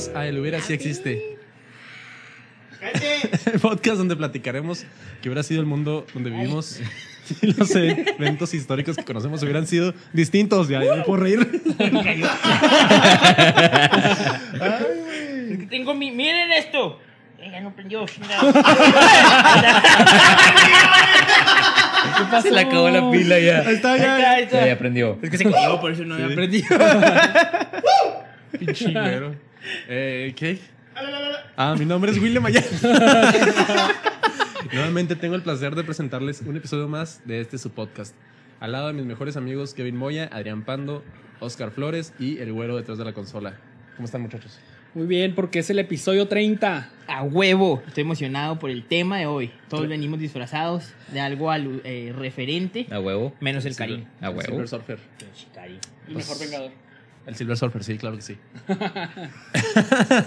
sí existe. El podcast donde platicaremos que hubiera sido el mundo donde vivimos si los eventos históricos que conocemos hubieran sido distintos. Ya, ya me puedo reír. Es que tengo mi. Miren esto. Eh, Ya no prendió. chingada. ¿Qué pasa? Se le acabó la pila ya. Ahí está, ya. Ahí está, Ya, ahí ya está. aprendió. Es que se cayó, por eso no había Sí. aprendido. Pinche güero. Eh, ¿Qué? Ah, mi nombre es William Ayala. Nuevamente tengo el placer de presentarles un episodio más de este su podcast. Al lado de mis mejores amigos Kevin Moya, Adrián Pando, Oscar Flores y el güero detrás de la consola. ¿Cómo están muchachos? Muy bien, porque es el episodio 30. A huevo. Estoy emocionado por el tema de hoy. Todos Claro. venimos disfrazados de algo alu- eh, referente, A huevo. menos el Karim. A El huevo. Silver Surfer. Pues, Pinche Karim. El mejor vengador. El Silver Surfer, sí, claro que sí.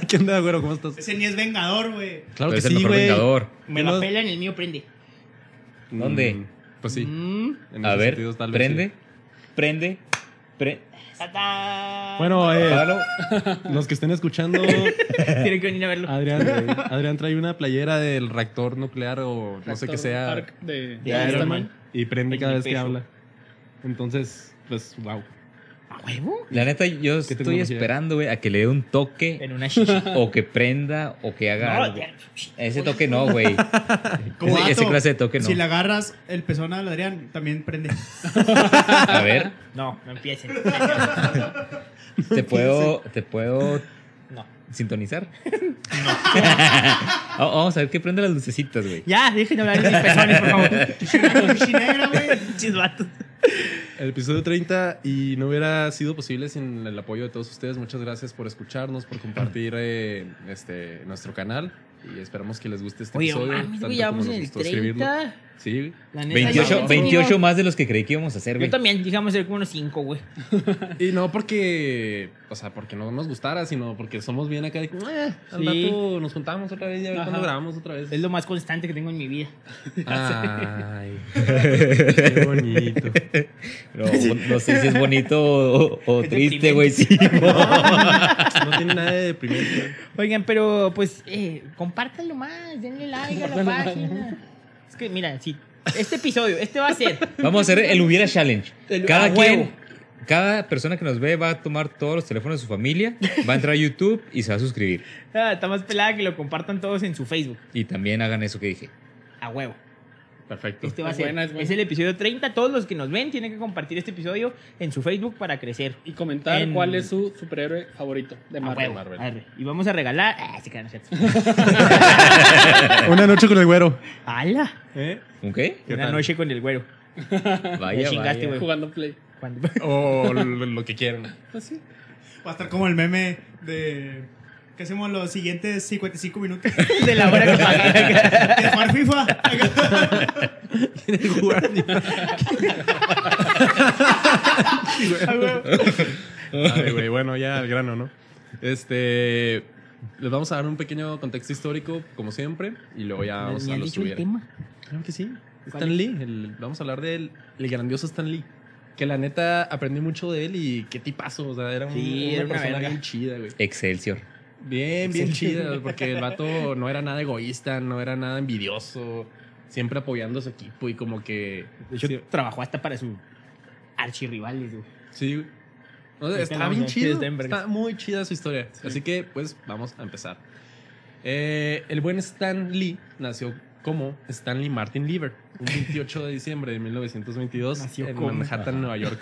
¿Qué onda, güero? ¿Cómo estás? Ese ni es vengador, güey. Claro Pero que es Pues el sí, mejor güey. vengador. Me la pela en el mío prende. Mm, ¿Dónde? Pues sí. Mm. en A esos ver, sentidos, tal vez prende, sí. prende, prende. ¡Tatán! Bueno, eh, Apágalo. los que estén escuchando, tienen que venir a Ah. verlo. Adrián, eh, Adrián trae una playera del reactor nuclear o no sé qué Reactor sea. Arc de, de Iron Iron Man. Man. Y prende En cada mi vez que pecho. habla. Entonces, pues, wow. ¿A huevo? La neta, yo estoy tecnología? esperando, güey, a que le dé un En toque una chicha. o que prenda o que haga No, algo. ya- Ese toque no, güey. Como Ese, ese dato, clase de toque no. Si le agarras el pezón al Adrián, también prende. A ver, No, no empiecen. te puedo, te puedo No. sintonizar. No. Vamos a ver que prende las lucecitas, güey. Ya, dejen de hablar de mis pezones, por favor. Pinche negra, güey. Pinches vatos. El episodio 30 y no hubiera sido posible sin el apoyo de todos ustedes. Muchas gracias por escucharnos, por compartir eh, este, nuestro canal. Y esperamos que les guste este Oye, episodio. mames, tanto güey, ya como vamos en nos el gustó escribirlo. 30. Sí, La neta, ya 28, hemos 28 tenido- más de los que creí que íbamos a hacer, Yo güey. también, digamos, ser como unos 5, güey. Y no porque, o sea, porque no nos gustara, sino porque somos bien acá de, "Eh, al Sí. rato nos juntamos otra vez y a ver Ajá. cuándo grabamos otra vez. Ah. Es lo más constante que tengo en mi vida. Ay, qué bonito. No, no sé si es bonito o, o Es triste, güey. Sí, No tiene nada de deprimente. Oigan, pero pues, eh, compártanlo más, denle like a la página. Es que, mira, sí. Este episodio, este va a ser. Vamos a hacer el hubiera challenge. El- a cada huevo. quien, cada persona que nos ve va a tomar todos los teléfonos de su familia, va a entrar a YouTube y se va a suscribir. Ah, está más pelada que lo compartan todos en su Facebook. Y también hagan eso que dije. A huevo. Perfecto. Este va a Es ser. buena, es buena. Es el episodio 30. Todos los que nos ven tienen que compartir este episodio en su Facebook para crecer. Y comentar En- cuál es su superhéroe favorito Ah, de A Marvel. huevo. Arre. Y vamos a regalar. Ah, se quedan, no es cierto. Una noche con el güero. ¡Hala! ¿Eh? ¿Un qué? ¿Qué Una tal? noche con el güero. Vaya, chingaste, vaya. güey. Jugando Play. Cuando- O lo, lo que quieran. Pues sí. Va a estar como el meme de. ¿Qué hacemos los siguientes 55 minutos? De la hora que pagué. ¿De jugar FIFA? Ay, güey, bueno, ya al grano, ¿no? Este. Les vamos a dar un pequeño contexto histórico, como siempre, y luego ya vamos Ni a han los dicho el subir. tema. Claro que sí. Stan Lee. el- vamos a hablar del el grandioso Stan Lee. Que la neta aprendí mucho de él y qué tipazo. O sea, era un- Sí, una era una persona verga. bien chida, güey. Excelsior. Bien, bien chida. Porque el vato no era nada egoísta, no era nada envidioso. Siempre apoyando a su equipo y como que. De hecho, sí, trabajó hasta para sus archirrivales, güey. sí, güey. O sea, Ahí está tenemos bien aquí chido. desde Denver. Está muy chida su historia. Así que, pues, vamos a empezar. Eh, el buen Stan Lee nació como Stanley Martin Lieber, un 28 de diciembre de 1922 Nació en como. Manhattan, Nueva York.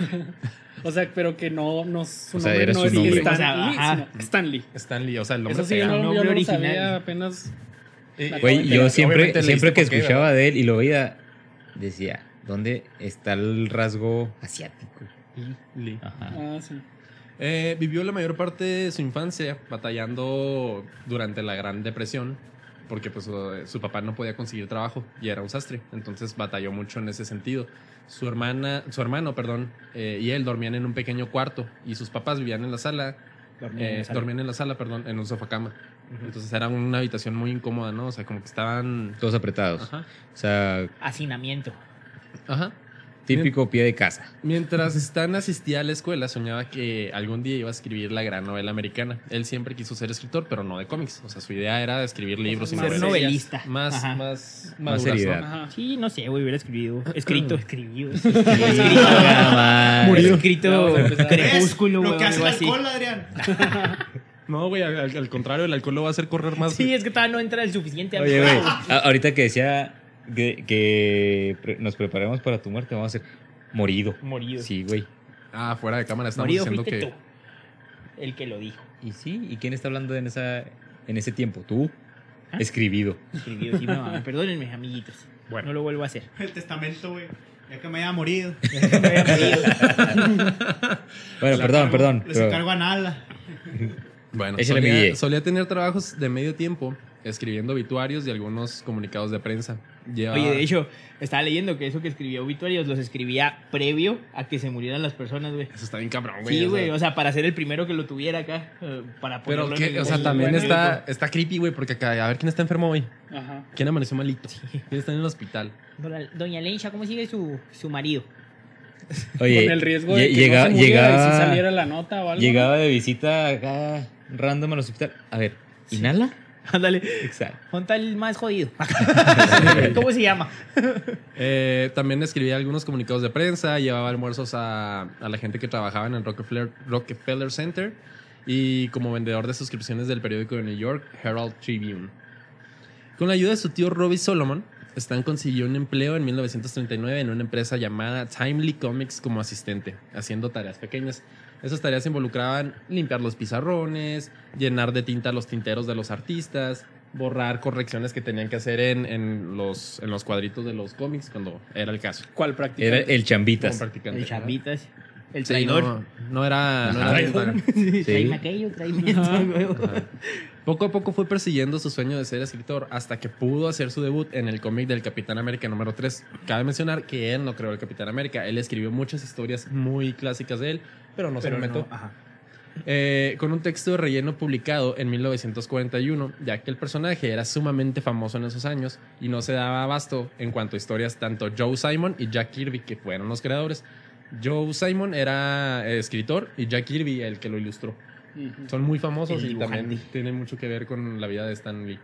O sea, pero que no, no su O sea, nombre era no su es nombre. O sea, Stan Lee, ajá. sino Stanley. Stanley, o sea, el nombre Eso sí, pega. no, yo nombre no original. sabía apenas. Eh, La Güey, yo Obviamente siempre, leíste siempre que por qué, escuchaba ¿verdad? de él y lo oía, decía, ¿dónde está el rasgo asiático? Lee. Ajá. Ah, sí. Eh, vivió la mayor parte de su infancia batallando durante la Gran Depresión porque pues su, su papá no podía conseguir trabajo y era un sastre, entonces batalló mucho en ese sentido. Su hermana, su hermano, perdón, eh, y él dormían en un pequeño cuarto y sus papás vivían en la sala, Dormían en eh, la sala. dormían en la sala, perdón, en un sofacama. Entonces era una habitación muy incómoda, ¿no? O sea, como que estaban Todos apretados. ajá, O sea, Hacinamiento. ajá. Típico pie de casa. Mientras Stan asistía a la escuela, soñaba que algún día iba a escribir la gran novela americana. Él siempre quiso ser escritor, pero no de cómics. O sea, su idea era escribir libros y más Ser novelas. serio. novelista. Pues Más, Ajá. más, Más madurazón. seriedad. Ajá. Sí, no sé, güey, hubiera escrito, escrito, escribido. Murió. Ya Escrito vamos a empezar. crepúsculo, ¿Ves? güey, Lo o que hace algo el así. alcohol, Adrián. No, güey, al, al- al contrario, el alcohol lo va a hacer correr más. Sí, es que todavía no entra el suficiente. Oye, güey, alcohol. a- Ah, ahorita que decía que, que pre- nos preparamos para tu muerte, vamos a ser morido. Morido. Sí, güey. Ah, fuera de cámara, estamos Morido diciendo fuiste que. tú. El que lo dijo. ¿Y sí? ¿Y quién está hablando en, esa, en ese tiempo? Tú. ¿Ah? Escribido. Escribido, sí, me maman. Perdónenme, amiguitos. Bueno. No lo vuelvo a hacer. El testamento, güey. Ya que me haya morido. Bueno, La perdón, cargo- perdón. Les pero- encargo a Nala. Bueno, Échale, solía, Miguel. solía tener trabajos de medio tiempo, escribiendo obituarios y algunos comunicados de prensa. Llevaba- Oye, de hecho, estaba leyendo que eso que escribía obituarios los escribía previo a que se murieran las personas, güey. Eso está bien cabrón, güey. Sí, o güey, sea. o sea, para ser el primero que lo tuviera acá, eh, para Pero, ponerlo en que, el- o sea, en el también buen está, está creepy, güey, porque acá, a ver quién está enfermo hoy. Ajá. ¿Quién amaneció malito? ¿Quién está en el hospital? Doña- Doña Lencha, ¿cómo sigue su, su marido? Oye, Con el riesgo lle- de que no llega- se muriera y si llegaba- saliera la nota o algo. Llegaba de visita acá, random al hospital. A ver, ¿inhala? Ándale, Exacto. ponta el más jodido. ¿Cómo se llama? Eh, también escribía algunos comunicados de prensa, llevaba almuerzos a, a la gente que trabajaba en el Rockefeller, Rockefeller Center y como vendedor de suscripciones del periódico de New York, Herald Tribune. Con la ayuda de su tío Robbie Solomon, Stan consiguió un empleo en 1939 en una empresa llamada Timely Comics como asistente, haciendo tareas pequeñas. Esas tareas involucraban limpiar los pizarrones, llenar de tinta los tinteros de los artistas, borrar correcciones que tenían que hacer en, en los, en los cuadritos de los cómics cuando era el caso. ¿Cuál práctica? Era el chambitas. Como practicante, El ¿verdad? chambitas, el Sí, traidor. no, no era... no Ajá. era Traidor. Sí. Sí. Tráeme aquello, tráeme esto, güey. Ajá. Poco a poco fue persiguiendo su sueño de ser escritor hasta que pudo hacer su debut en el cómic del Capitán América número 3. Cabe mencionar que él no creó el Capitán América, él escribió muchas historias muy clásicas de él, pero no se Pero lo no, meto. ajá. Eh, con un texto de relleno publicado en 1941, ya que el personaje era sumamente famoso en esos años y no se daba abasto en cuanto a historias tanto Joe Simon y Jack Kirby, que fueron los creadores. Joe Simon era eh, escritor y Jack Kirby el que lo ilustró. Ujú. Son muy famosos El y también dibujante. tienen mucho que ver con la vida de Stan Lee.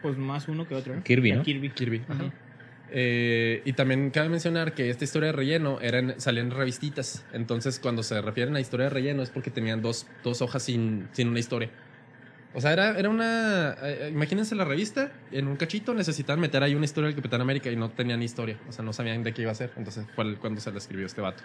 Pues más uno que otro, ¿no? Kirby, Ya ¿no? Kirby. Kirby. Ajá. Eh, y también cabe mencionar que esta historia de relleno eran, salían en revistitas. Entonces, cuando se refieren a historia de relleno es porque tenían dos, dos hojas sin, sin una historia. O sea, era, era una. eh, eh, imagínense la revista, en un cachito necesitaban meter ahí una historia del Capitán América y no tenían historia. O sea, no sabían de qué iba a ser. Entonces, fue el- cuando se la escribió este vato.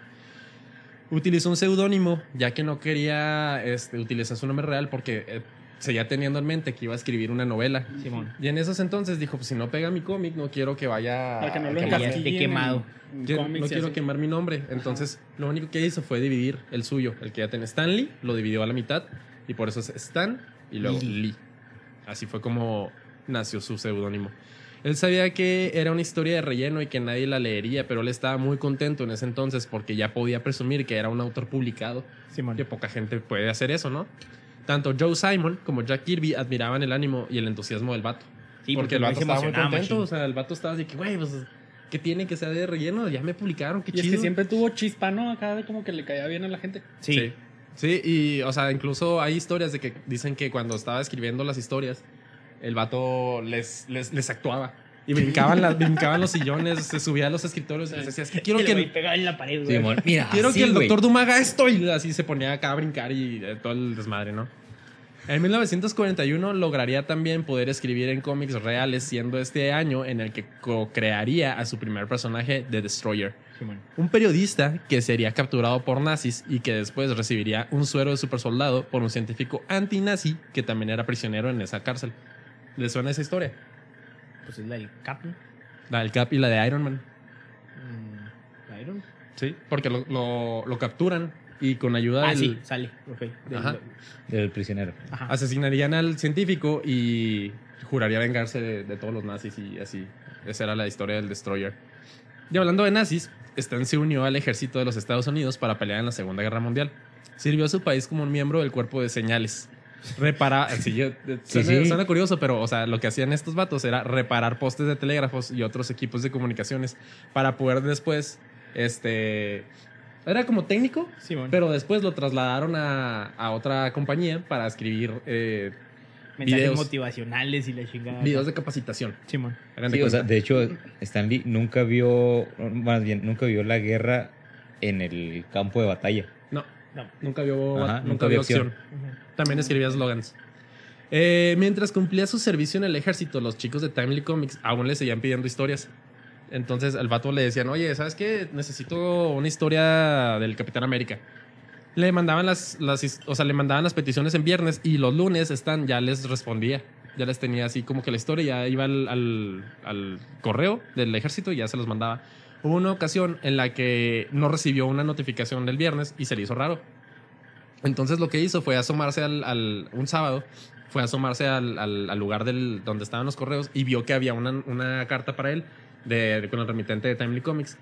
Utilizó un seudónimo, ya que no quería este, utilizar su nombre real porque eh, seguía teniendo en mente que iba a escribir una novela. Simón. Y en esos entonces dijo, pues si no pega mi cómic, no quiero Ah, que vaya... Para que no a lo quemar- ya esté encastillen quemado. en- en Yo cómics no y quiero así. quemar mi nombre. Entonces, lo único que hizo fue dividir el suyo, el que ya tenía Stanley, lo dividió a la mitad y por eso es Stan y luego Lee. Lee. Así fue como nació su seudónimo. Él sabía que era una historia de relleno y que nadie la leería, pero él estaba muy contento en ese entonces porque ya podía presumir que era un autor publicado que poca gente puede hacer eso, ¿no? Tanto Joe Simon como Jack Kirby admiraban el ánimo y el entusiasmo del vato. Sí, porque el güey vato se estaba muy emocionaba, contento, machín. o sea, el vato estaba así que, güey, pues, ¿qué tiene que sea de relleno? Ya me publicaron, qué Y es chido. que siempre tuvo chispa, ¿no? Acá de como que le caía bien a la gente. Sí. Sí. Sí, y, o sea, incluso hay historias de que dicen que cuando estaba escribiendo las historias, el vato les, les, les actuaba. Y brincaban, las, brincaban los sillones, se subía a los escritorios y les decía, es que quiero Quiero que... que el- me pegaba en la pared, güey. Simón, mira, Quiero así, que el güey. doctor Doom haga esto. Y así se ponía acá a brincar y eh, todo el desmadre, ¿no? En 1941 lograría también poder escribir en cómics reales, siendo este año en el que co-crearía a su primer personaje, The Destroyer. Simón. Un periodista que sería capturado por nazis y que después recibiría un suero de supersoldado por un científico antinazi que también era prisionero en esa cárcel. ¿Le suena esa historia? Pues es la del Cap, ¿no? La del Cap y la de Iron Man. Mm, ¿la Iron? Sí. Porque lo, lo- lo capturan y con ayuda Ah, del... sí, sale. Ok. Del- Ajá. Del prisionero. Ajá. Ah, asesinarían al científico y juraría vengarse de, de todos los nazis y así. Esa era la historia del Destroyer. Y hablando de nazis, Stan se unió al ejército de los Estados Unidos para pelear en la Segunda Guerra Mundial. Sirvió a su país como un miembro del cuerpo de señales. Repara, sí, yo- eh, Sí, suena, sí. suena curioso, pero o sea, lo que hacían estos vatos era reparar postes de telégrafos y otros equipos de comunicaciones para poder después Este. Era como técnico, Simón. pero después lo trasladaron a, a otra compañía para escribir eh, Mensajes videos. motivacionales y la chingada. videos de capacitación. Simón. Hagan de Ah, Sí, o sea, cuenta. de hecho, Stanley nunca vio, más bien, nunca vio la guerra en el campo de batalla. no, No. nunca vio, Ajá, nunca vio acción. También escribía slogans. Eh, mientras cumplía su servicio en el ejército, los chicos de Timely Comics aún le seguían pidiendo historias. Entonces al vato le decían, oye, ¿sabes qué? Necesito una historia del Capitán América. Le mandaban las, las, his- o sea, le mandaban las peticiones en viernes y los lunes Stan ya les respondía. Ya les tenía así como que la historia, ya iba al, al- al correo del ejército y ya se los mandaba. Hubo una ocasión en la que no recibió una notificación del viernes y se le hizo raro. Entonces lo que hizo fue asomarse al, al- un sábado, fue asomarse al, al- al lugar del, donde estaban los correos y vio que había una, una carta para él de, de- con el remitente de Timely Comics.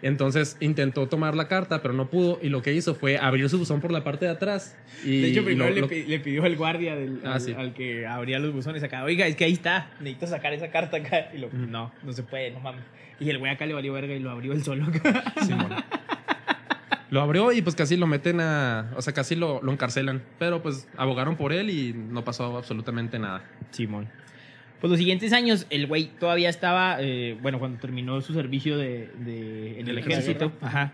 Entonces intentó tomar la carta, pero no pudo y lo que hizo fue abrir su buzón por la parte de atrás. Y De hecho, lo- primero le, lo- pi- le pidió al guardia del, Ah, al, sí. al que abría los buzones acá, oiga, es que ahí está, necesito sacar esa carta acá. Y lo, Ujú. no, no se puede, no mames. Y el güey acá le valió verga y lo abrió él solo. Simón. Lo abrió y pues casi lo meten a... O sea, casi lo, lo encarcelan. Pero pues abogaron por él y no pasó absolutamente nada. Simón. Pues los siguientes años, el güey todavía estaba, eh, bueno, cuando terminó su servicio de, de- en Del el ejército. ejército, ajá,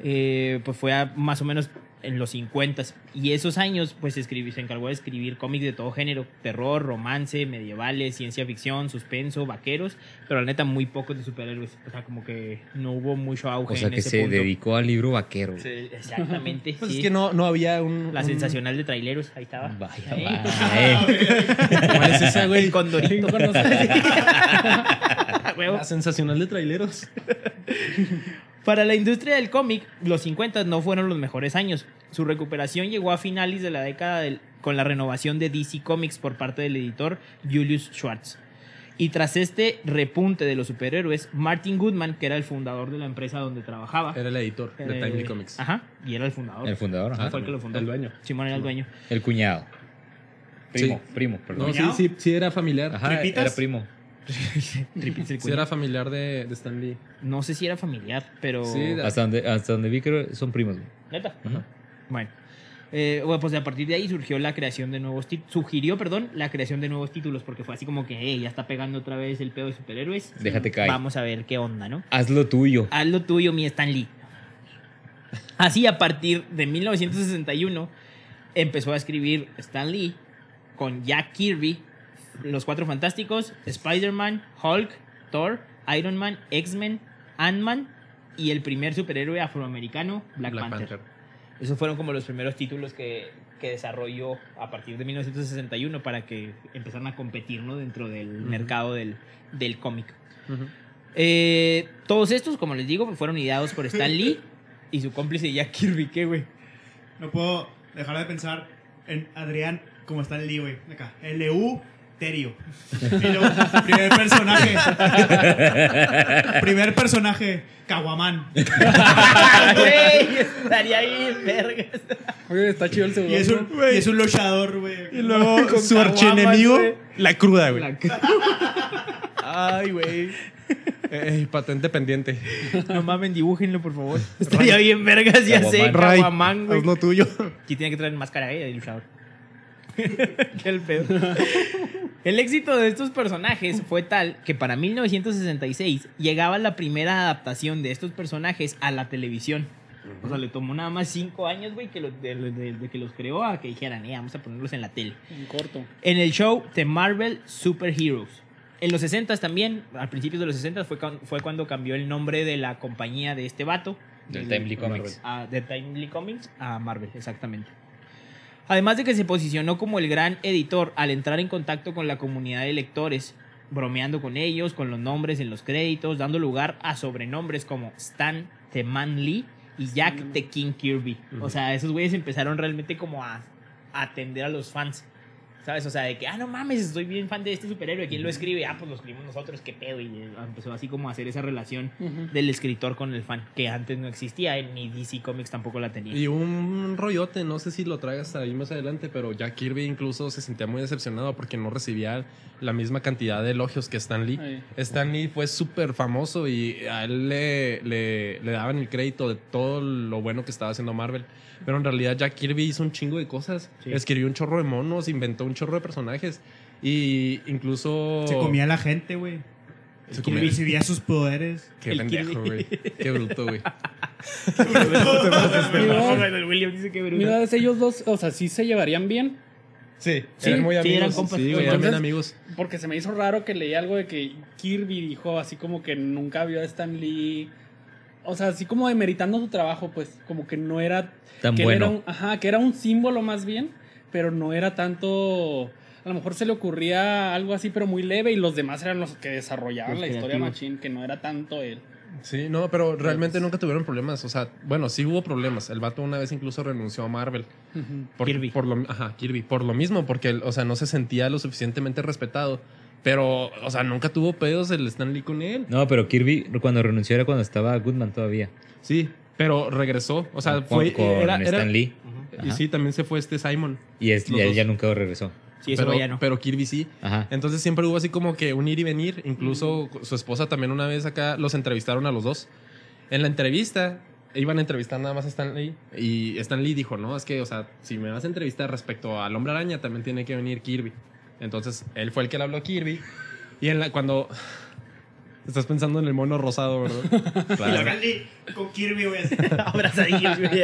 eh, pues fue a más o menos en los 50 y esos años pues escribí- se encargó de escribir cómics de todo género, terror, romance, medievales, ciencia ficción, suspenso, vaqueros, pero la neta muy pocos de superhéroes, o sea, como que no hubo mucho auge O sea, en que ese se punto. dedicó al libro vaquero. Sí, exactamente, Pues sí. es que no, no había un... La un- sensacional de traileros, ahí estaba. Vaya, Ahí. vaya. eh. ¿Cuál es esa, güey? El condorito. A huevo. La sensacional de traileros. Para la industria del cómic, los 50 no fueron los mejores años. Su recuperación llegó a finales de la década del- con la renovación de DC Comics por parte del editor Julius Schwartz. Y tras este repunte de los superhéroes, Martin Goodman, que era el fundador de la empresa donde trabajaba, Era el editor de eh, Timely Comics. Ajá, y era el fundador. El fundador, ajá. fue el que lo fundó. El dueño. Simón era el dueño. El cuñado. Primo, Sí. primo, perdón. No, sí, ¿Cuñado? sí, sí era familiar. Ajá, ¿Tripitas? era primo. Tripitz el Sí cuñado. era familiar de, de Stan Lee. No sé si era familiar, pero. Sí, era- Hasta donde, hasta donde vi que son primos. güey. Neta. Ajá. Bueno. Eh, bueno, pues a partir de ahí surgió la creación de nuevos títulos, sugirió, perdón, la creación de nuevos títulos, porque fue así como que, eh, ya está pegando otra vez el pedo de superhéroes. Déjate caer. Vamos a ver qué onda, ¿no? Haz lo tuyo. Haz lo tuyo, mi Stan Lee. Así, a partir de 1961, empezó a escribir Stan Lee con Jack Kirby, Los Cuatro Fantásticos, Spider-Man, Hulk, Thor, Iron Man, X-Men, Ant-Man y el primer superhéroe afroamericano, Black, Panther. Esos fueron como los primeros títulos que, que desarrolló a partir de 1961 para que empezaran a competir ¿no? dentro del Ujú. mercado del, del cómic. Ujú. Eh, todos estos, como les digo, fueron ideados por Stan Lee y su cómplice Jack Kirby, ¿qué, güey? No puedo dejar de pensar en Adrián como está el Lee, güey. Acá. L.U. Terio. Y luego, primer personaje. primer personaje. Caguamán. Güey, Estaría bien, vergas. Oye, está chido el Y segundo. es un, y es un luchador, güey. Luego, su caguamas, archienemigo, güey. la cruda, La- Ay, güey. Ey, patente pendiente. No mames, dibújenlo, por favor. Estaría bien, vergas, ya sé. Caguaman. Ray, Caguaman, güey. haz lo tuyo. Aquí tiene que traer máscara eh, de luchador. Qué el pedo. El éxito de estos personajes fue tal que para 1966 llegaba la primera adaptación de estos personajes a la televisión. O sea, le tomó nada más cinco años, güey, que los, de, de- de que los creó a que dijeran, eh, vamos a ponerlos en la tele. En corto. En el show The Marvel Super Heroes. En los 60s también, al principio de los 60s fue, cuan- fue cuando cambió el nombre de la compañía de este vato. Del El- Timely Comics. a- de Timely Comics a Marvel, exactamente. Además de que se posicionó como el gran editor al entrar en contacto con la comunidad de lectores, bromeando con ellos, con los nombres en los créditos, dando lugar a sobrenombres como Stan The Man Lee y Jack The King Kirby. O sea, esos güeyes empezaron realmente como a, a atender a los fans. ¿Sabes? O sea, de que, ah, no mames, estoy bien fan de este superhéroe. ¿Quién lo escribe? Ah, pues lo escribimos nosotros, qué pedo. Y eh, empezó así como a hacer esa relación Ujú. del escritor con el fan, que antes no existía, y ni DC Comics tampoco la tenía. Y un rollote, no sé si lo traigas ahí más adelante, pero Jack Kirby incluso se sentía muy decepcionado porque no recibía la misma cantidad de elogios que Stan Lee. Ahí. Stan Lee fue súper famoso y a él le, le- le daban el crédito de todo lo bueno que estaba haciendo Marvel. Pero en realidad Jack Kirby hizo un chingo de cosas. Sí. Escribió un chorro de monos, inventó un chorro de personajes y incluso... Se comía a la gente, güey. Oh. Se Y comía- recibía sus poderes. Qué el pendejo, Kirby. güey. Qué bruto, güey. Mira, El William dice que bruto. mira, ellos dos, o sea, sí se llevarían bien. Sí, Sí, eran muy sí, amigos. eran compas. Sí, güey, eran bien amigos. Porque se me hizo raro que leí algo de que Kirby dijo así como que nunca vio a Stan Lee. O sea, así como demeritando su trabajo, pues como que no era. Tan que él bueno. Era un, ajá, que era un símbolo más bien, pero no era tanto. A lo mejor se le ocurría algo así, pero muy leve, y los demás eran los que desarrollaban Los la historia creativos. machín, que no era tanto él. Sí, no, pero realmente pues- nunca tuvieron problemas. O sea, bueno, sí hubo problemas. El vato una vez incluso renunció a Marvel. Por, Kirby. Por lo, ajá, Kirby. Por lo mismo, porque, él, o sea, no se sentía lo suficientemente respetado. Pero, o sea, nunca tuvo pedos el Stan Lee con él. No, pero Kirby cuando renunció era cuando estaba Goodman todavía. Sí, pero regresó. O sea, Con- fue. con era- era- Stan Lee. Y Ajá. sí, también se fue este Simon. Y, es- y Los él dos. ya nunca regresó. Sí, eso pero, ya no. pero Kirby sí. Ajá. Entonces siempre hubo así como que un ir y venir. Incluso su esposa también una vez acá los entrevistaron a los dos. En la entrevista iban a entrevistar nada más a Stan Lee. Y Stan Lee dijo, no, es que, o sea, si me vas a entrevistar respecto al hombre araña, también tiene que venir Kirby. Entonces él fue el que le habló a Kirby. Y en la, cuando... Estás pensando en el mono rosado, ¿verdad? Y la Gandhi con Kirby, güey. así. Abrazadillos, güey.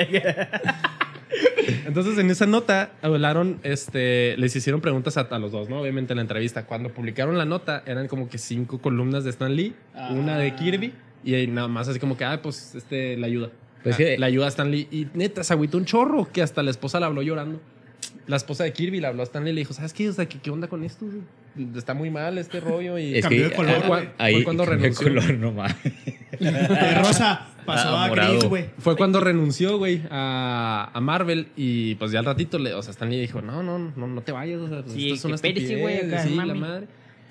Entonces, en esa nota hablaron, este, les hicieron preguntas a, a los dos, ¿no? Obviamente en la entrevista. Cuando publicaron la nota, eran como que cinco columnas de Stan Lee, una de Ah. Kirby, y ahí nada más así como que, ah, pues este, la ayuda. Pues Ah, que- La ayuda a Stan Lee. Y neta, se agüitó un chorro que hasta la esposa la habló llorando. La esposa de Kirby la habló a Stan Lee y le dijo, ¿sabes qué? O sea, ¿qué, qué onda con esto? Está muy mal este rollo y... Es cambió que de color, ah, güey. ahí Fue cuando cambió de renunció. color, no mames. De rosa pasó Ah, a morado. gris, güey. Fue cuando renunció, güey, a, a Marvel y pues ya al ratito, le, o sea, Stan Lee dijo, no, no, no, no te vayas, o sea, pues, Sí, esto es una que espérese, estupidez, güey, acá, sí, la mami. madre.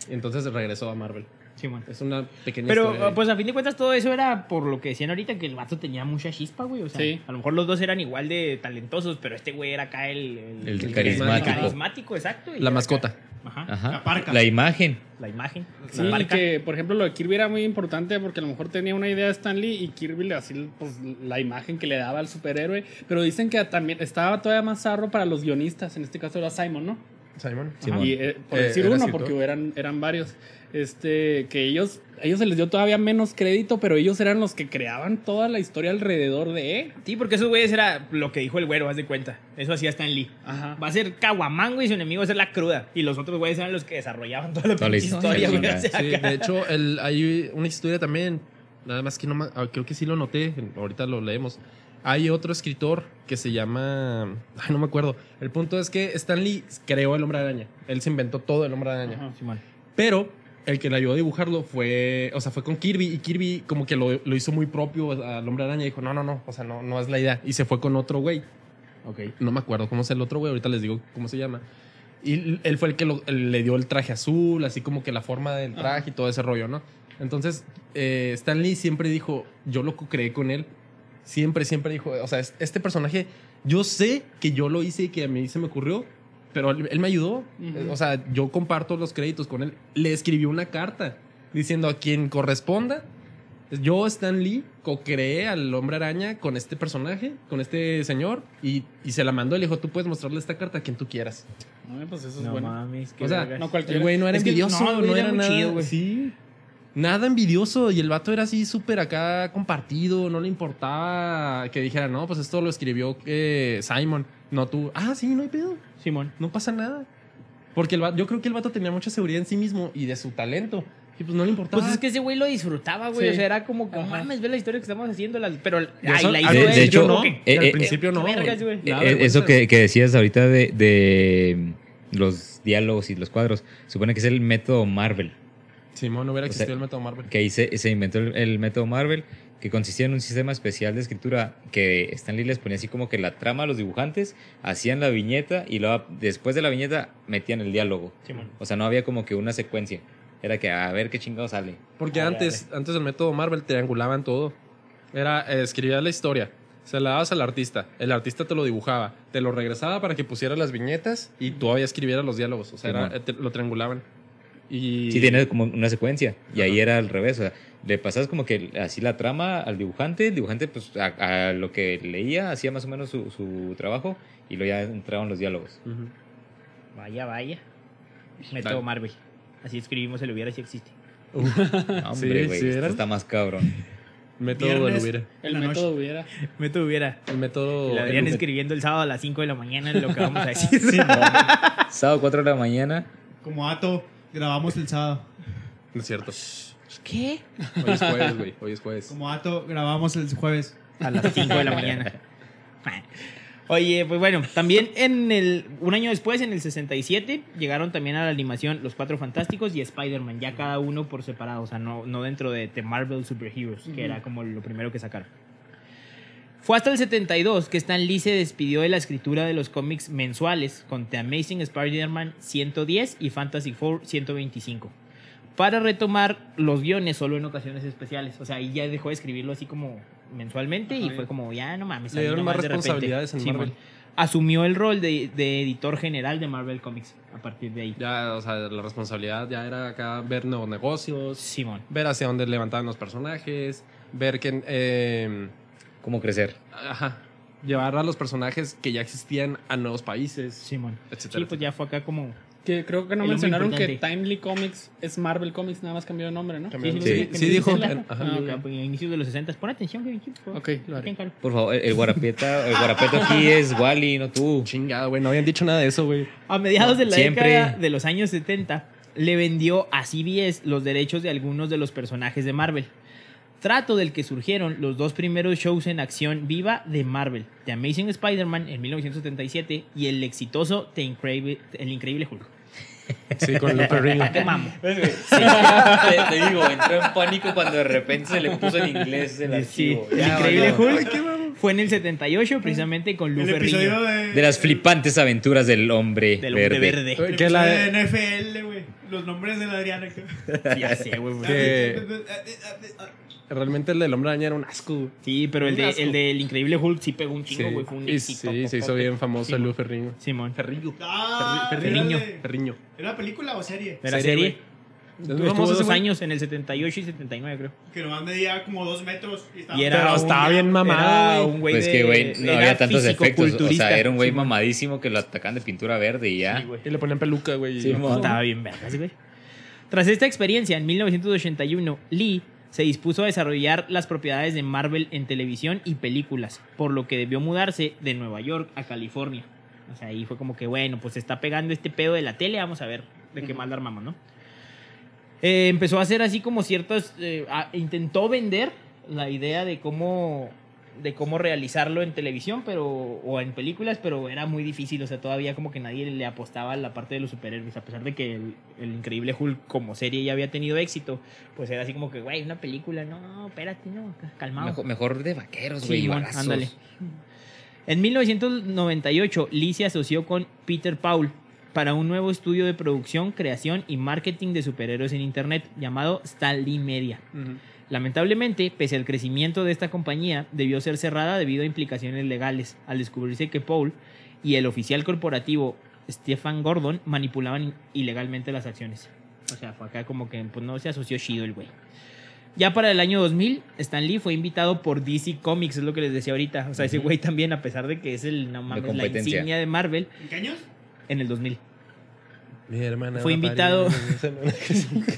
Entonces regresó a Marvel. Simón. Es una pequeña historia Pero, de- pues a fin de cuentas, todo eso era por lo que decían ahorita, que el vato tenía mucha chispa, güey. O sea, Sí. a lo mejor los dos eran igual de talentosos, pero este güey era acá el. El, El carismático. carismático, exacto. y la era mascota. Ah. acá- Ajá. Ajá. La parca. La imagen. La imagen. Sí, la y marca. que por ejemplo lo de Kirby era muy importante porque a lo mejor tenía una idea de Stan Lee y Kirby le hacía pues, la imagen que le daba al superhéroe, pero dicen que también estaba todavía más zarro para los guionistas, en este caso era Simon, ¿no? Simon. Sí, Ajá, bueno. y, eh, por Eh, decir era uno, así, porque ¿no? eran, eran varios, este, que ellos, a ellos se les dio todavía menos crédito, pero ellos eran los que creaban toda la historia alrededor de él. Sí, porque esos güeyes era lo que dijo el güero, haz de cuenta. Eso hacía Stan Lee. Ajá. Va a ser Caguamango y su enemigo va a ser la cruda. Y los otros güeyes eran los que desarrollaban toda la, Toda la pinche historia, historia, güey. chingada. O sea, Sí, acá- de hecho, el- hay una historia también, nada más que no ma- ah, creo que sí lo noté, ahorita lo leemos. Hay otro escritor que se llama, ay, no me acuerdo. El punto es que Stan Lee creó el hombre araña. Él se inventó todo el hombre araña. Ajá. Simón. Pero el que le ayudó a dibujarlo fue, o sea, fue con Kirby y Kirby como que lo, lo hizo muy propio al hombre araña y dijo, no, no, no, o sea, no, no es la idea. Y se fue con otro güey. Ok. No me acuerdo cómo es el otro güey, ahorita les digo cómo se llama. Y l- él fue el que lo- le dio el traje azul, así como que la forma del traje y todo ese rollo, ¿no? Entonces, eh, Stan Lee siempre dijo, yo lo creé con él. Siempre, siempre dijo, o sea, es- este personaje, yo sé que yo lo hice y que a mí se me ocurrió, pero él, él me ayudó. Ujú. O sea, yo comparto los créditos con él. Le escribió una carta diciendo a quien corresponda. Yo, Stan Lee, co-creé al hombre araña con este personaje, con este señor, y, y se la mandó. Y le dijo, tú puedes mostrarle esta carta a quien tú quieras. Ay, pues eso es No bueno. mames, qué O sea, vergas. No cualquiera. el güey no era Es que- envidioso, no, el no, güey era era muy nada. chido, güey. sí. Nada envidioso. Y el vato era así súper acá compartido. No le importaba que dijera, no, pues esto lo escribió eh, Simon, no tú. Ah, sí, no hay pedo. Simón. No pasa nada. Porque el va- yo creo que el vato tenía mucha seguridad en sí mismo y de su talento. Y pues no le importaba. Pues es que ese güey lo disfrutaba, güey. Sí. O sea, era como que, Ajá. mames, ve la historia que estamos haciendo. la- pero Y ay, eso- la al hizo de- él. principio de hecho, no. Ok. eh, al eh, principio qué no. vergas, güey. Nada Eh, de eso vergüenza. que, que decías ahorita de, de mm, los diálogos y los cuadros, supone que es el método Marvel. Simón no hubiera O sea, existido el método Marvel. Que ahí se, se inventó el, el método Marvel, que consistía en un sistema especial de escritura que Stan Lee les ponía así como que la trama a los dibujantes, hacían la viñeta y luego después de la viñeta metían el diálogo. Simón. O sea, no había como que una secuencia. Era que a ver qué chingado sale. Porque Dale, antes, antes del método Marvel triangulaban todo. Era eh, escribías la historia, se la dabas al artista, el artista te lo dibujaba, te lo regresaba para que pusieras las viñetas y todavía escribieras los diálogos. O sea, era- Simón. eh, te- lo triangulaban. Y Sí, tiene como una secuencia. Y ahí Ajá. era al revés. O sea, le pasas como que así la trama al dibujante. El dibujante, pues, a, a lo que leía, hacía más o menos su, su trabajo. Y luego ya entraban los diálogos. Ujú. Vaya, vaya. Método Dale. Marvel. Así escribimos el hubiera si existe. Hombre, güey, sí, esto era. está más cabrón. Método del Viernes. hubiera. El La noche. método hubiera. Método hubiera. El método. La Adrián el- escribiendo Oh, el sábado a las 5 de la mañana lo que vamos a decir. Sábado, 4 de la mañana. Como Ato, grabamos el sábado. No es cierto. ¿Qué? Hoy es jueves, güey. Hoy es jueves. Como Ato, grabamos el jueves. A las 5 de la mañana. Oye, pues bueno, también en el un año después, en el 67, llegaron también a la animación Los Cuatro Fantásticos y Spider-Man, ya cada uno por separado, o sea, no, no dentro de The Marvel Super Heroes, que era como lo primero que sacaron. Fue hasta el 72 que Stan Lee se despidió de la escritura de los cómics mensuales con The Amazing Spider-Man 110 y Fantasy Four 125 para retomar los guiones solo en ocasiones especiales. O sea, ahí ya dejó de escribirlo así como mensualmente y Ajá. fue como, ya no mames. Le ahí dieron nomás más de repente. responsabilidades en Simón. Marvel. Asumió el rol de, de editor general de Marvel Comics a partir de ahí. Ya, o sea, la responsabilidad ya era acá ver nuevos negocios, Simón. ver hacia dónde levantaban los personajes, ver que. eh, ¿Cómo crecer? Ajá. Llevar a los personajes que ya existían a nuevos países, Simón. etcétera. Sí, pues ya fue acá como... Que creo que no El hombre mencionaron que importante. Timely Comics es Marvel Comics, nada más cambió de nombre, ¿no? Cambió de Sí. sí dijo. Ajá. Ah, ok. en pues, inicios de los 60. Pon atención, Kevin Kim, por favor. Ok, lo haré. Te encargo. Por favor, el, el guarapieta, el guarapeto aquí es Wally, no tú. Chingado, güey. No habían dicho nada de eso, güey. A mediados de la Siempre. década de los años 70, le vendió a CBS los derechos de algunos de los personajes de Marvel. Trato del que surgieron los dos primeros shows en acción viva de Marvel, The Amazing Spider-Man en 1977 y el exitoso The Increíble, el Increíble Hulk. Sí, con el perrino. ¿Para qué mamo? te, digo, entró en pánico cuando de repente se le puso en inglés el Sí, archivo. el Ya, Increíble valió. Hulk fue en el 78 precisamente con Lou El Ferrigno, episodio de. De las flipantes aventuras del hombre del verde. hombre verde. el Que la- episodio de NFL, güey. Los nombres de la Adriana. Ya sé, güey, güey. Que- Realmente el del hombre araña era un asco. güey. Sí, pero el, Un de, asco. el del Increíble Hulk sí pegó un Sí. chingo, güey. Fue un Y éxito. sí, se hizo totote. bien famoso el Lou Ferrigno. Simón. Ferrillo. Ah, Ferriño. era de- Ferriño. ¿Era película o serie? Era Serie, serie. Es muy Estuvo famoso ese dos güey. años, en el 78 y 79, creo. Que nomás medía como dos metros. Y estaba Y era Ah, Pero un- estaba bien mamado, Era güey. un güey Pues que, güey, de- no era había tantos efectos. O fisicoculturista. sea, era un güey Sí, mamadísimo que lo atacan de pintura verde y ya. Y le ponían peluca, güey. Sí, Y- mo- Estaba bien vergas, güey. Tras esta experiencia, en 1981, Lee se dispuso a desarrollar las propiedades de Marvel en televisión y películas, por lo que debió mudarse de Nueva York a California. O sea, ahí fue como que, bueno, pues se está pegando este pedo de la tele, vamos a ver de qué mal la armamos, ¿no? Eh, empezó a hacer así como ciertos... eh, a- intentó vender la idea de cómo de cómo realizarlo en televisión pero o en películas, pero era muy difícil, o sea, todavía como que nadie le apostaba a la parte de los superhéroes, a pesar de que el, el increíble Hulk como serie ya había tenido éxito, pues era así como que, güey, una película, no, espérate, no, calmado. Mejor, mejor de vaqueros, güey. y Simón, balazos. ándale. En 1998, Lee se asoció con Peter Paul para un nuevo estudio de producción, creación y marketing de superhéroes en Internet llamado Stan Lee Media. Ujú. Lamentablemente, pese al crecimiento de esta compañía, debió ser cerrada debido a implicaciones legales, al descubrirse que Paul y el oficial corporativo Stefan Gordon manipulaban ilegalmente las acciones. O sea, fue acá como que pues, no se asoció chido el güey. Ya para el año 2000, Stan Lee fue invitado por DC Comics, es lo que les decía ahorita. O sea, ese güey también, a pesar de que es el, no mames, la competencia. insignia de Marvel, ¿En qué años? en el 2000. Mi hermana. Fue va a parir. invitado. Marta,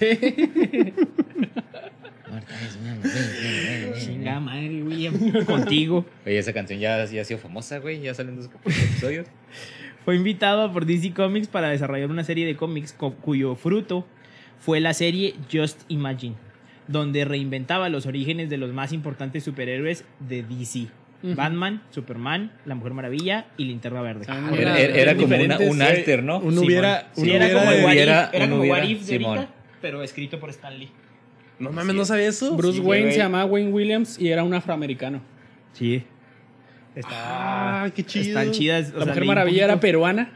es una- ven, ven, ven, ven. Chinga madre, William. Contigo. Oye, esa canción ya, ya ha sido famosa, güey. Ya salen dos episodios. Fue invitado por DC Comics para desarrollar una serie de cómics co- cuyo fruto fue la serie Just Imagine, donde reinventaba los orígenes de los más importantes superhéroes de DC. Ujú. Batman, Superman, La Mujer Maravilla y Linterna Verde. Ah, Con- Era, era- era como una, Diferentes, un eh, alter, ¿no? Un Simón. hubiera. Sí, un era hubiera como de- What If, hubiera, era un como What hubiera, If de Simón. ahorita, pero escrito por Stan Lee. No mames, no sabía eso. Bruce Sí, Wayne güey. se llamaba Wayne Williams y era un afroamericano. Sí. Ah, qué chido. Están chidas. o sea, la Mujer leí un Maravilla era poquito. peruana.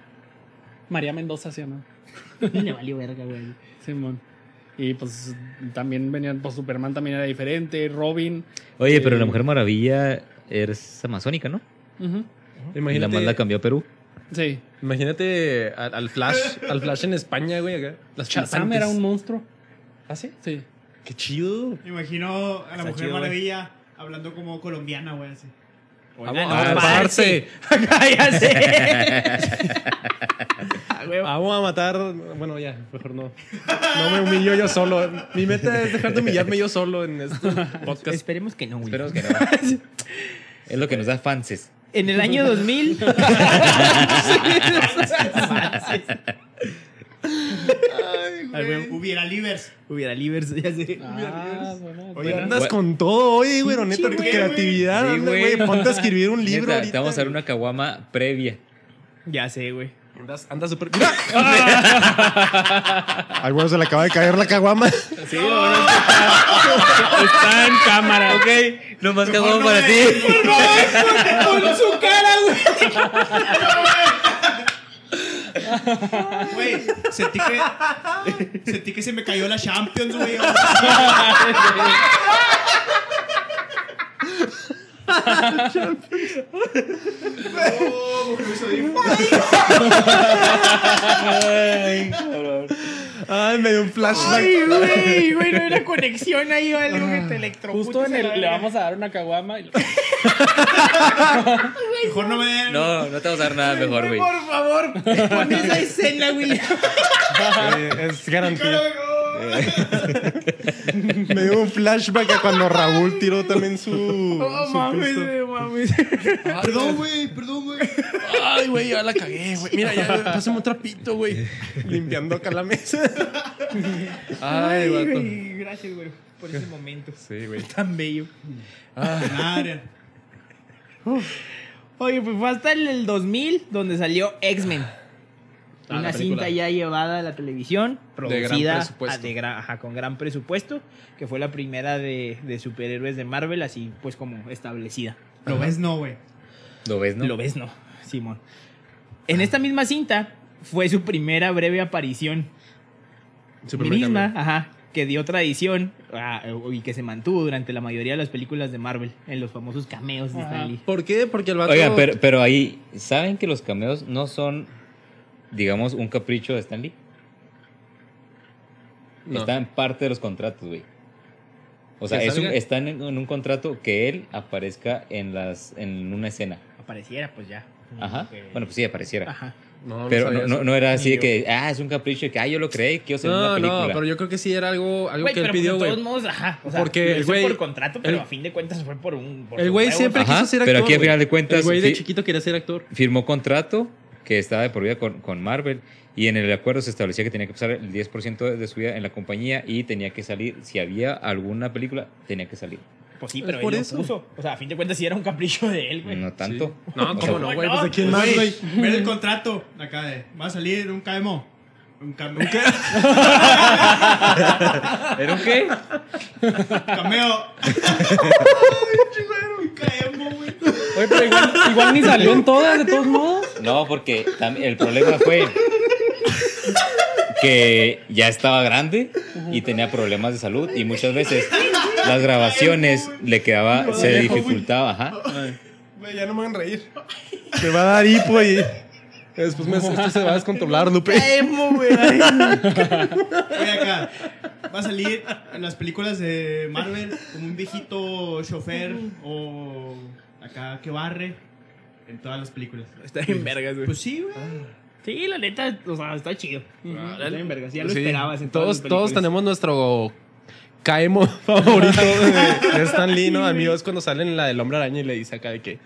María Mendoza se llamaba. Le valió verga, güey. Simón. Y pues también venían, pues Superman también era diferente, Robin. Oye, pero Sí. la Mujer Maravilla es amazónica, ¿no? Ujú. Y la manda Imagínate, cambió a Perú. Sí. imagínate al, al Flash, al Flash en España, güey, acá. Las Shazam flipantes. era un monstruo. ¿Ah, sí? Sí. Qué chido. Me imagino a la Está Mujer chido, güey. Maravilla hablando como colombiana, güey, así. Vamos Ah, a no, matarse. Ah, Cállate. Ah, güey. Vamos a matar. Bueno, ya, mejor no. No me humillo yo solo. Mi meta es dejar de humillarme yo solo en este podcast. Esperemos que no, güey. Esperemos que no. es lo que nos da fanses. En el año 2000. Ay, güey, Hubiera livers. Hubiera libres, ya sé. Ah, bueno. Oye, bueno. andas con todo hoy, güey, Sí, neta, tu güey. creatividad, Sí, anda, güey. güey, ponte a escribir un libro Neta, ahorita. te vamos a dar una caguama previa. Ya sé, güey. Andas, andas súper... ¡Mira! Ay, güey, se le acaba de caer la caguama. Sí, ahora está, está en cámara. Ok, lo más caguama no para me- ti. ¡Con su cara, güey! Güey, sentí que. Sentí que se me cayó la Champions, güey. Ay, me dio un flashback. güey, güey, no era conexión ahí o algo que te electrocutas. Justo en el. Le vamos a dar una caguama. y- Mejor no me den. No, no te vamos a dar nada mejor, güey. Por favor, pon esa escena, güey. Eh, es garantía. Me dio un flashback a cuando Raúl tiró también su. No su mames, pisto. güey, mames. Perdón, güey, perdón, güey. Ay, güey, ya la cagué, güey. Mira, ya pásame un trapito, güey. Limpiando acá la mesa. Ay, vato. güey, Gracias, güey, por ese momento Sí, güey. tan bello. Madre. Oye, pues fue hasta el- el 2000 donde salió X-Men. Ah, una la película. cinta ya llevada a la televisión, gran producida presupuesto. a de gra- ajá, con gran presupuesto, que fue la primera de, de superhéroes de Marvel, así pues como establecida. Lo ves, no, güey. Lo ves, ¿no? Lo ves, no, Simón. En esta misma cinta fue su primera breve aparición Su primer misma, cambio. ajá, que dio tradición ah, y que se mantuvo durante la mayoría de las películas de Marvel, en los famosos cameos de Stan Ajá. Lee. ¿Por qué? Porque el vato. Oiga, pero, pero ahí, ¿saben que los cameos no son, digamos, un capricho de Stanley? No. Está en parte de los contratos, güey. O sea, Que es un- salga. están en, en un contrato que él aparezca en las en una escena. Apareciera, pues ya. Ajá. Como que- Bueno, pues sí, apareciera. Ajá. No, no pero sabía no, eso. no, no era así Ni de que, ah, es un capricho, que, ah, yo lo creí, quiero hacer una No, no, película. pero yo creo que sí era algo, algo Güey, que él pero pidió, pues, de todos güey. modos, ajá. O sea, Porque lo el hizo güey- por contrato, pero el- a fin de cuentas fue por un. por El sus güey huevos, siempre ajá. Ajá, quiso ser actor. pero aquí al güey. final de cuentas, El güey de sí. chiquito quería ser actor. Firmó contrato que estaba de por vida con, con Marvel y en el acuerdo se establecía que tenía que pasar el 10% de- de su vida en la compañía y tenía que salir, si había alguna película, tenía que salir. Pues sí, Es pero por él eso. lo puso. O sea, a fin de cuentas sí era un capricho de él, güey. No tanto. Sí. No, O cómo sea, no, güey. bueno, Pues de quién más, Güey, güey. ver el contrato. Acá de. Va a salir un KMO. Un cameo. Un ¿Era un qué? cameo. Ay, chingüero, un KMO, güey. Oye, pero igual, igual ni salió en todas, de todos modos. No, porque tam- el problema fue que ya estaba grande y tenía problemas de salud y muchas veces las grabaciones le quedaba, se dificultaba, ajá. Güey, ya no me van a reír. Te va a dar hipo y. Después me, esto se va a descontrolar, Lupe. Oye, acá. Va a salir en las películas de Marvel como un viejito chofer o acá que barre en todas las películas. Está bien vergas, güey. Pues sí, güey. Sí, la neta, o sea, está chido. Está bien vergas. Ya lo Sí. esperabas. En todas todos, las todos películas. tenemos nuestro caemo favorito de, de Stan Lee, ¿no? Amigos, cuando salen la del hombre araña y le dice acá de que.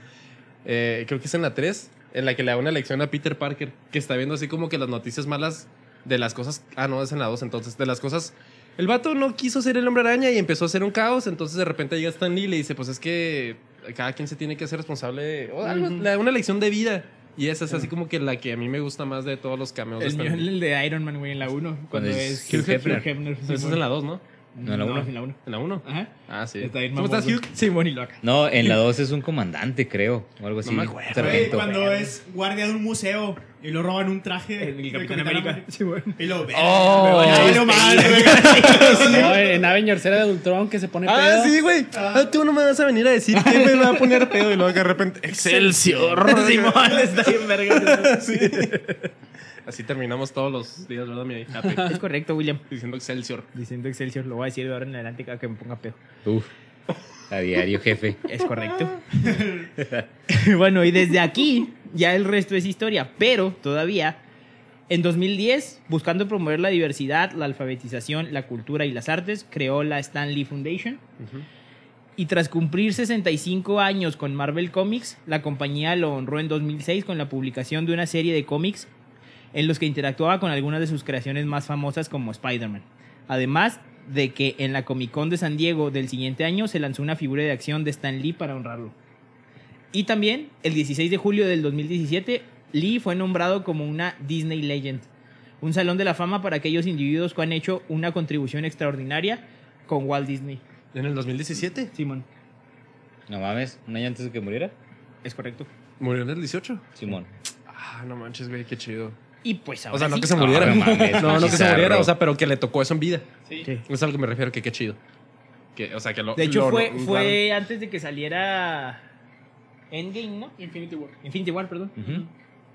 eh, creo que es en la 3, en la que le da una lección a Peter Parker, que está viendo así como que las noticias malas de las cosas. Ah, no, es en la 2, entonces, de las cosas. El vato no quiso ser el hombre araña y empezó a hacer un caos, entonces de repente llega Stan Lee y le dice: Pues es que cada quien se tiene que hacer responsable de. o algo, le da una lección de vida. Y esa es así como que la que a mí me gusta más de todos los cameos de El Stan mío es Lee. el de Iron Man, güey, en la 1. Cuando es es Hugh Hugh Hefner. Hefner. Pero esa es Simón. en la 2, ¿no? No, en la uno. en la 1. ¿En la 1? Ajá. Ah, sí. Está bien, ¿Cómo estás, mamón, Hugh? güey. Simón y lo acá. No, en la 2 es un comandante, creo. O algo así. me acuerdo. Güey, sargento. cuando es guardia de un museo y lo roban un traje El, del Capitán América. este Simón. Y lo Oh, Ay, no mames, No, en Avengers era de Ultron que se pone Ah, pedo. sí, güey. Ah, Tú no me vas a venir a decir que me va a poner pedo y luego de repente. ¡Excelsior! Simón está bien verga. Así terminamos todos los días, ¿verdad, mi Happy? Es correcto, William. Diciendo Excelsior. Diciendo Excelsior, lo voy a decir de ahora en adelante cada que me ponga pedo. Uf. A diario, jefe. Es correcto. bueno, y desde aquí ya el resto es historia, pero todavía en 2010, buscando promover la diversidad, la alfabetización, la cultura y las artes, creó la Stan Lee Foundation. Y tras cumplir 65 años con Marvel Comics, la compañía lo honró en 2006 con la publicación de una serie de cómics en los que interactuaba con algunas de sus creaciones más famosas como Spider-Man. Además de que en la Comic Con de San Diego del siguiente año se lanzó una figura de acción de Stan Lee para honrarlo. Y también, el 16 de julio del 2017, Lee fue nombrado como una Disney Legend, un salón de la fama para aquellos individuos que han hecho una contribución extraordinaria con Walt Disney. ¿En el 2017? Simón, No mames, un año antes de que muriera. es correcto. ¿Murió en el 18? Simón. Ah, no manches, güey, qué chido. Y pues ahora O sea, no sí. que se muriera. No, No, mames, no, que se bizarro. muriera, o sea, pero que le tocó eso en vida. Sí. Es a lo que me refiero, que qué chido. Que, o sea, que lo. De hecho, lo- fue, lo- fue antes de que saliera Endgame, ¿no? Infinity War. Infinity War, perdón. Ujú.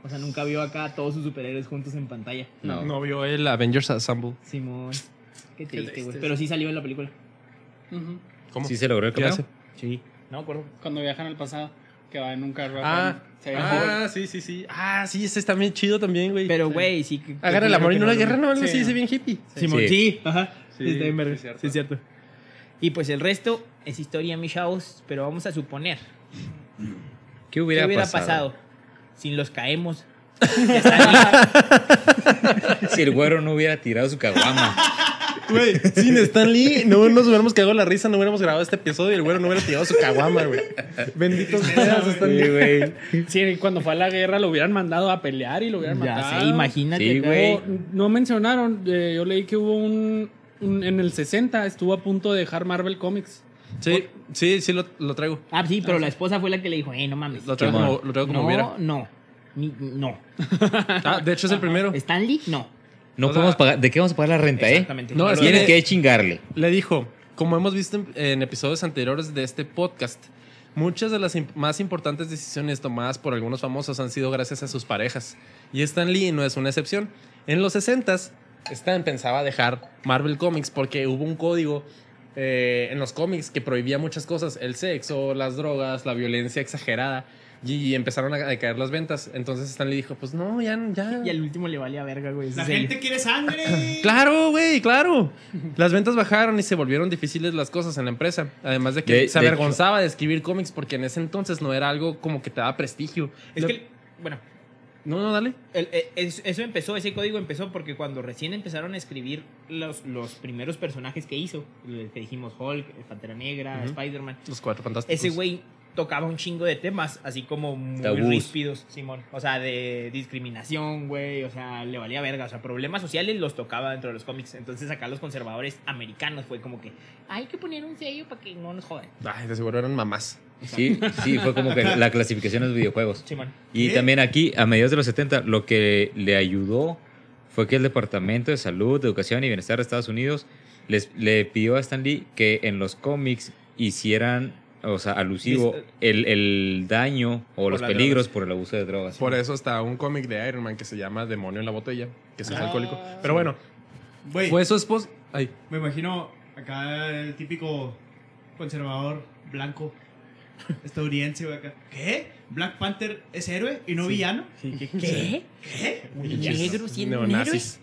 O sea, nunca vio acá a todos sus superhéroes juntos en pantalla. No. No vio el Avengers Assemble. Simón. Qué triste, güey. tristeza. Pero sí salió en la película. Ujú. ¿Cómo? Sí se logró el ¿Qué cameo. hace? Sí. No, me acuerdo. Cuando viajan al pasado, que va en un carro. Ah, se ve ah, sí, sí, sí. Ah, sí, ese está bien chido también, güey. Pero, güey, sí. que- Agarra el amor y no la guerra, no, algo Sí, así, no. dice bien hippie. Simón, sí. Sí. ajá. Sí, Está bien verga. sí es cierto. Sí, es cierto. Y pues el resto es historia, mis chavos. Pero vamos a suponer. ¿Qué ¿Qué hubiera, hubiera pasado? pasado? sin los caemos? Si el güero no hubiera tirado su caguama. Güey, sin Stan Lee no nos hubiéramos cagado la risa, no hubiéramos grabado este episodio y el güero no hubiera tirado su caguama, güey. Benditos seas, Stan Lee. como- Sí, cuando fue a la guerra lo hubieran mandado a pelear y lo hubieran Ya matado. sé, imagínate. Sí, acá. güey. O- no mencionaron, eh, yo leí que hubo un, un- En el 60 estuvo a punto de dejar Marvel Comics. Sí, sí, sí, lo, lo traigo. Ah, sí, pero la esposa fue la que le dijo, eh, no mames. Lo traigo Simón. como, lo traigo como no, hubiera. no. Ni- no. Ah, de hecho es el primero. Stanley, no. No O sea, podemos pagar. ¿De qué vamos a pagar la renta, eh? Exactamente. No, es Tienes que- que chingarle. Le dijo, como hemos visto en, en episodios anteriores de este podcast, muchas de las imp- más importantes decisiones tomadas por algunos famosos han sido gracias a sus parejas. Y Stan Lee no es una excepción. En los 60s, Stan pensaba dejar Marvel Comics porque hubo un código eh, en los cómics que prohibía muchas cosas, el sexo, las drogas, la violencia exagerada. Y empezaron a a caer las ventas. Entonces Stan Lee dijo, pues no, ya... ya. Y al último le valía verga, güey. La Sí. gente quiere sangre. Claro, güey, claro. Las ventas bajaron y se volvieron difíciles las cosas en la empresa. Además de que De- se de avergonzaba de escribir cómics porque en ese entonces no era algo como que te daba prestigio. Es Lo- que, bueno, No, no, dale. el- el- es- eso empezó, ese código empezó porque cuando recién empezaron a escribir los, los primeros personajes que hizo, el que dijimos Hulk, Pantera Negra, Ujú. Pues- Spider-Man, Los cuatro fantásticos. ese güey tocaba un chingo de temas, así como muy Tabús. ríspidos, Simón. O sea, de discriminación, güey, o sea, le valía verga. O sea, problemas sociales los tocaba dentro de los cómics. Entonces acá los conservadores americanos fue como que, hay que poner un sello para que no nos jodan. Ay, de seguro eran mamás. Sí, sí, fue como que la clasificación de los videojuegos. Simón. Y ¿Qué? también aquí, a mediados de los 70, lo que le ayudó fue que el Departamento de Salud, Educación y Bienestar de Estados Unidos les, le pidió a Stan Lee que en los cómics hicieran, o sea, alusivo Dis- el, el daño o los las peligros por el abuso de drogas. Por eso está un cómic de Iron Man que se llama Demonio en la botella, que es Ah. alcohólico. Pero bueno, Güey, fue su esposa. Ay, me imagino acá el típico conservador blanco estadounidense, güey, acá. ¿Qué? ¿Black Panther es héroe y no villano? ¿Qué? ¿Negro siendo Neonazis.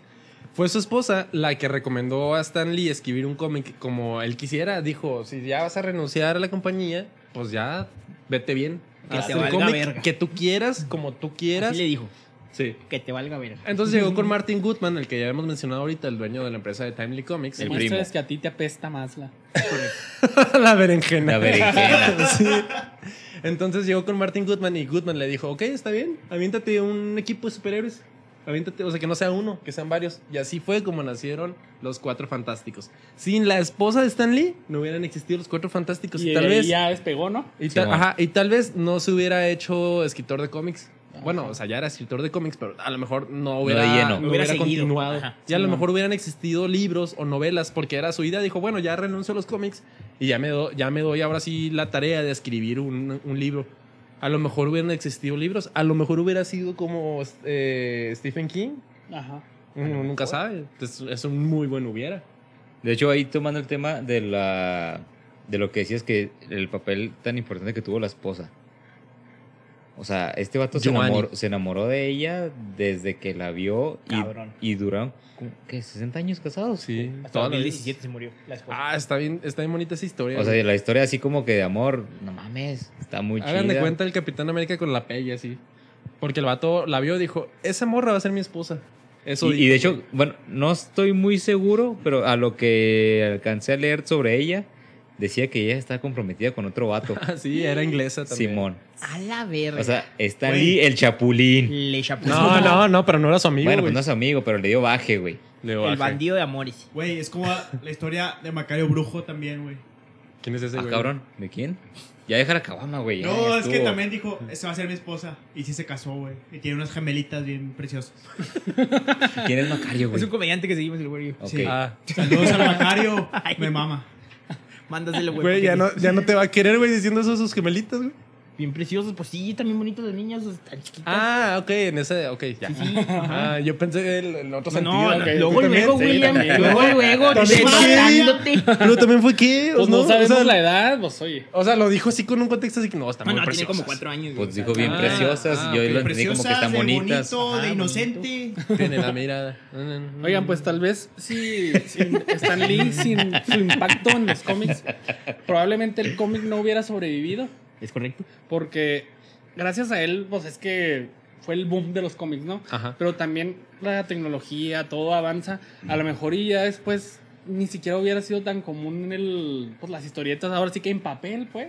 Fue su esposa la que recomendó a Stan Lee escribir un cómic como él quisiera. Dijo, si ya vas a renunciar a la compañía, pues ya vete bien. Que Haz te el valga cómic verga. que tú quieras, como tú quieras. Así le dijo, Sí. que te valga verga. Entonces llegó con Martin Goodman, el que ya hemos mencionado ahorita, el dueño de la empresa de Timely Comics. El Como primo. esto es que a ti te apesta más la. la berenjena. La berenjena. Sí. Entonces llegó con Martin Goodman y Goodman le dijo, ok, está bien, aviéntate un equipo de superhéroes. aviéntate, o sea, que no sea uno, que sean varios. Y así fue como nacieron los Cuatro Fantásticos. Sin la esposa de Stan Lee, no hubieran existido los Cuatro Fantásticos. Y, Pues Y tal ahí vez... ya despegó, ¿no? Y, tal- Simón. ajá, y tal vez no se hubiera hecho escritor de cómics. Ah. Bueno, o sea, ya era escritor de cómics, pero a lo mejor no hubiera, de lleno. no Hubiera hubiera seguido. continuado. Ajá, ya a lo Simón. mejor hubieran existido libros o novelas, porque era su idea. Dijo, bueno, ya renuncio a los cómics y ya me, do- ya me doy ahora sí la tarea de escribir un, un libro. A lo mejor hubieran existido libros. A lo mejor hubiera sido como eh, Stephen King. Ajá. Uno nunca sabe. Es, es un muy buen hubiera. De hecho, ahí tomando el tema de la de lo que decías que el papel tan importante que tuvo la esposa. O sea, este vato se Giovanni. enamoró, se enamoró de ella desde que la vio y, Cabrón. y duraron como, ¿qué, 60 años casados. Sí. Hasta 2017 se murió la esposa. Ah, está bien, está bien bonita esa historia. O güey. sea, la historia así como que de amor, no mames, está muy Hagan chida. de cuenta el Capitán América con la pella así. Porque el vato la vio y dijo, esa morra va a ser mi esposa. Eso Y, y de dijo. hecho, bueno, no estoy muy seguro, pero a lo que alcancé a leer sobre ella, decía que ella está comprometida con otro vato, Ah, sí, era inglesa también. Simón. A la verga. O sea, está Güey. ahí el chapulín. le chapuzó. No, no, no, pero no era su amigo, bueno, güey. pues no es amigo, pero le dio baje, güey. Le digo, "Ah, El "Ajá". bandido de Amores. Güey, es como la historia de Macario Brujo también, güey. ¿Quién es ese, Ah, güey? cabrón. ¿De quién? Ya deja la cabama, güey. ya, No, ya es que estuvo. también dijo, esa va a ser mi esposa. Y sí se casó, güey. Y tiene unas gemelitas bien preciosas. ¿Quién es Macario, güey? Es un comediante que seguimos el güey. Ok. sí. Ah, Saludos al Macario. Me mama. Mándaselo, güey. güey, porque ya no, ya no te va a querer, güey, diciendo eso a sus gemelitas, güey. Bien preciosos, pues sí, también bonitos los niños, tan chiquitos. Ah, ok, en ese, ok, ya. Ah, yo pensé en el, en otro sentido. no, ok, luego, tú también, luego, sí, William, también. luego, luego, También, sí. desmatándote. Pero también fue que, Pues ¿no? no, sabemos o sea, la edad, pues oye. o sea, lo dijo así con un contexto así que no, está muy Bueno, tiene preciosas. como cuatro años. güey, Pues o sea, dijo bien Ah, preciosas. ah, yo ok. lo entendí como Preciosas, que están de bonitas. bonito, Ajá, de inocente. Tiene la mirada. Oigan, pues tal vez si sin Stan Lee, sin su impacto en los cómics, probablemente el cómic no hubiera sobrevivido. Es correcto. Porque gracias a él, pues es que fue el boom de los cómics, ¿no? Ajá. Pero también la tecnología, todo avanza. A lo mejor y ya después ni siquiera hubiera sido tan común en el, pues, las historietas, ahora sí que en papel, pues.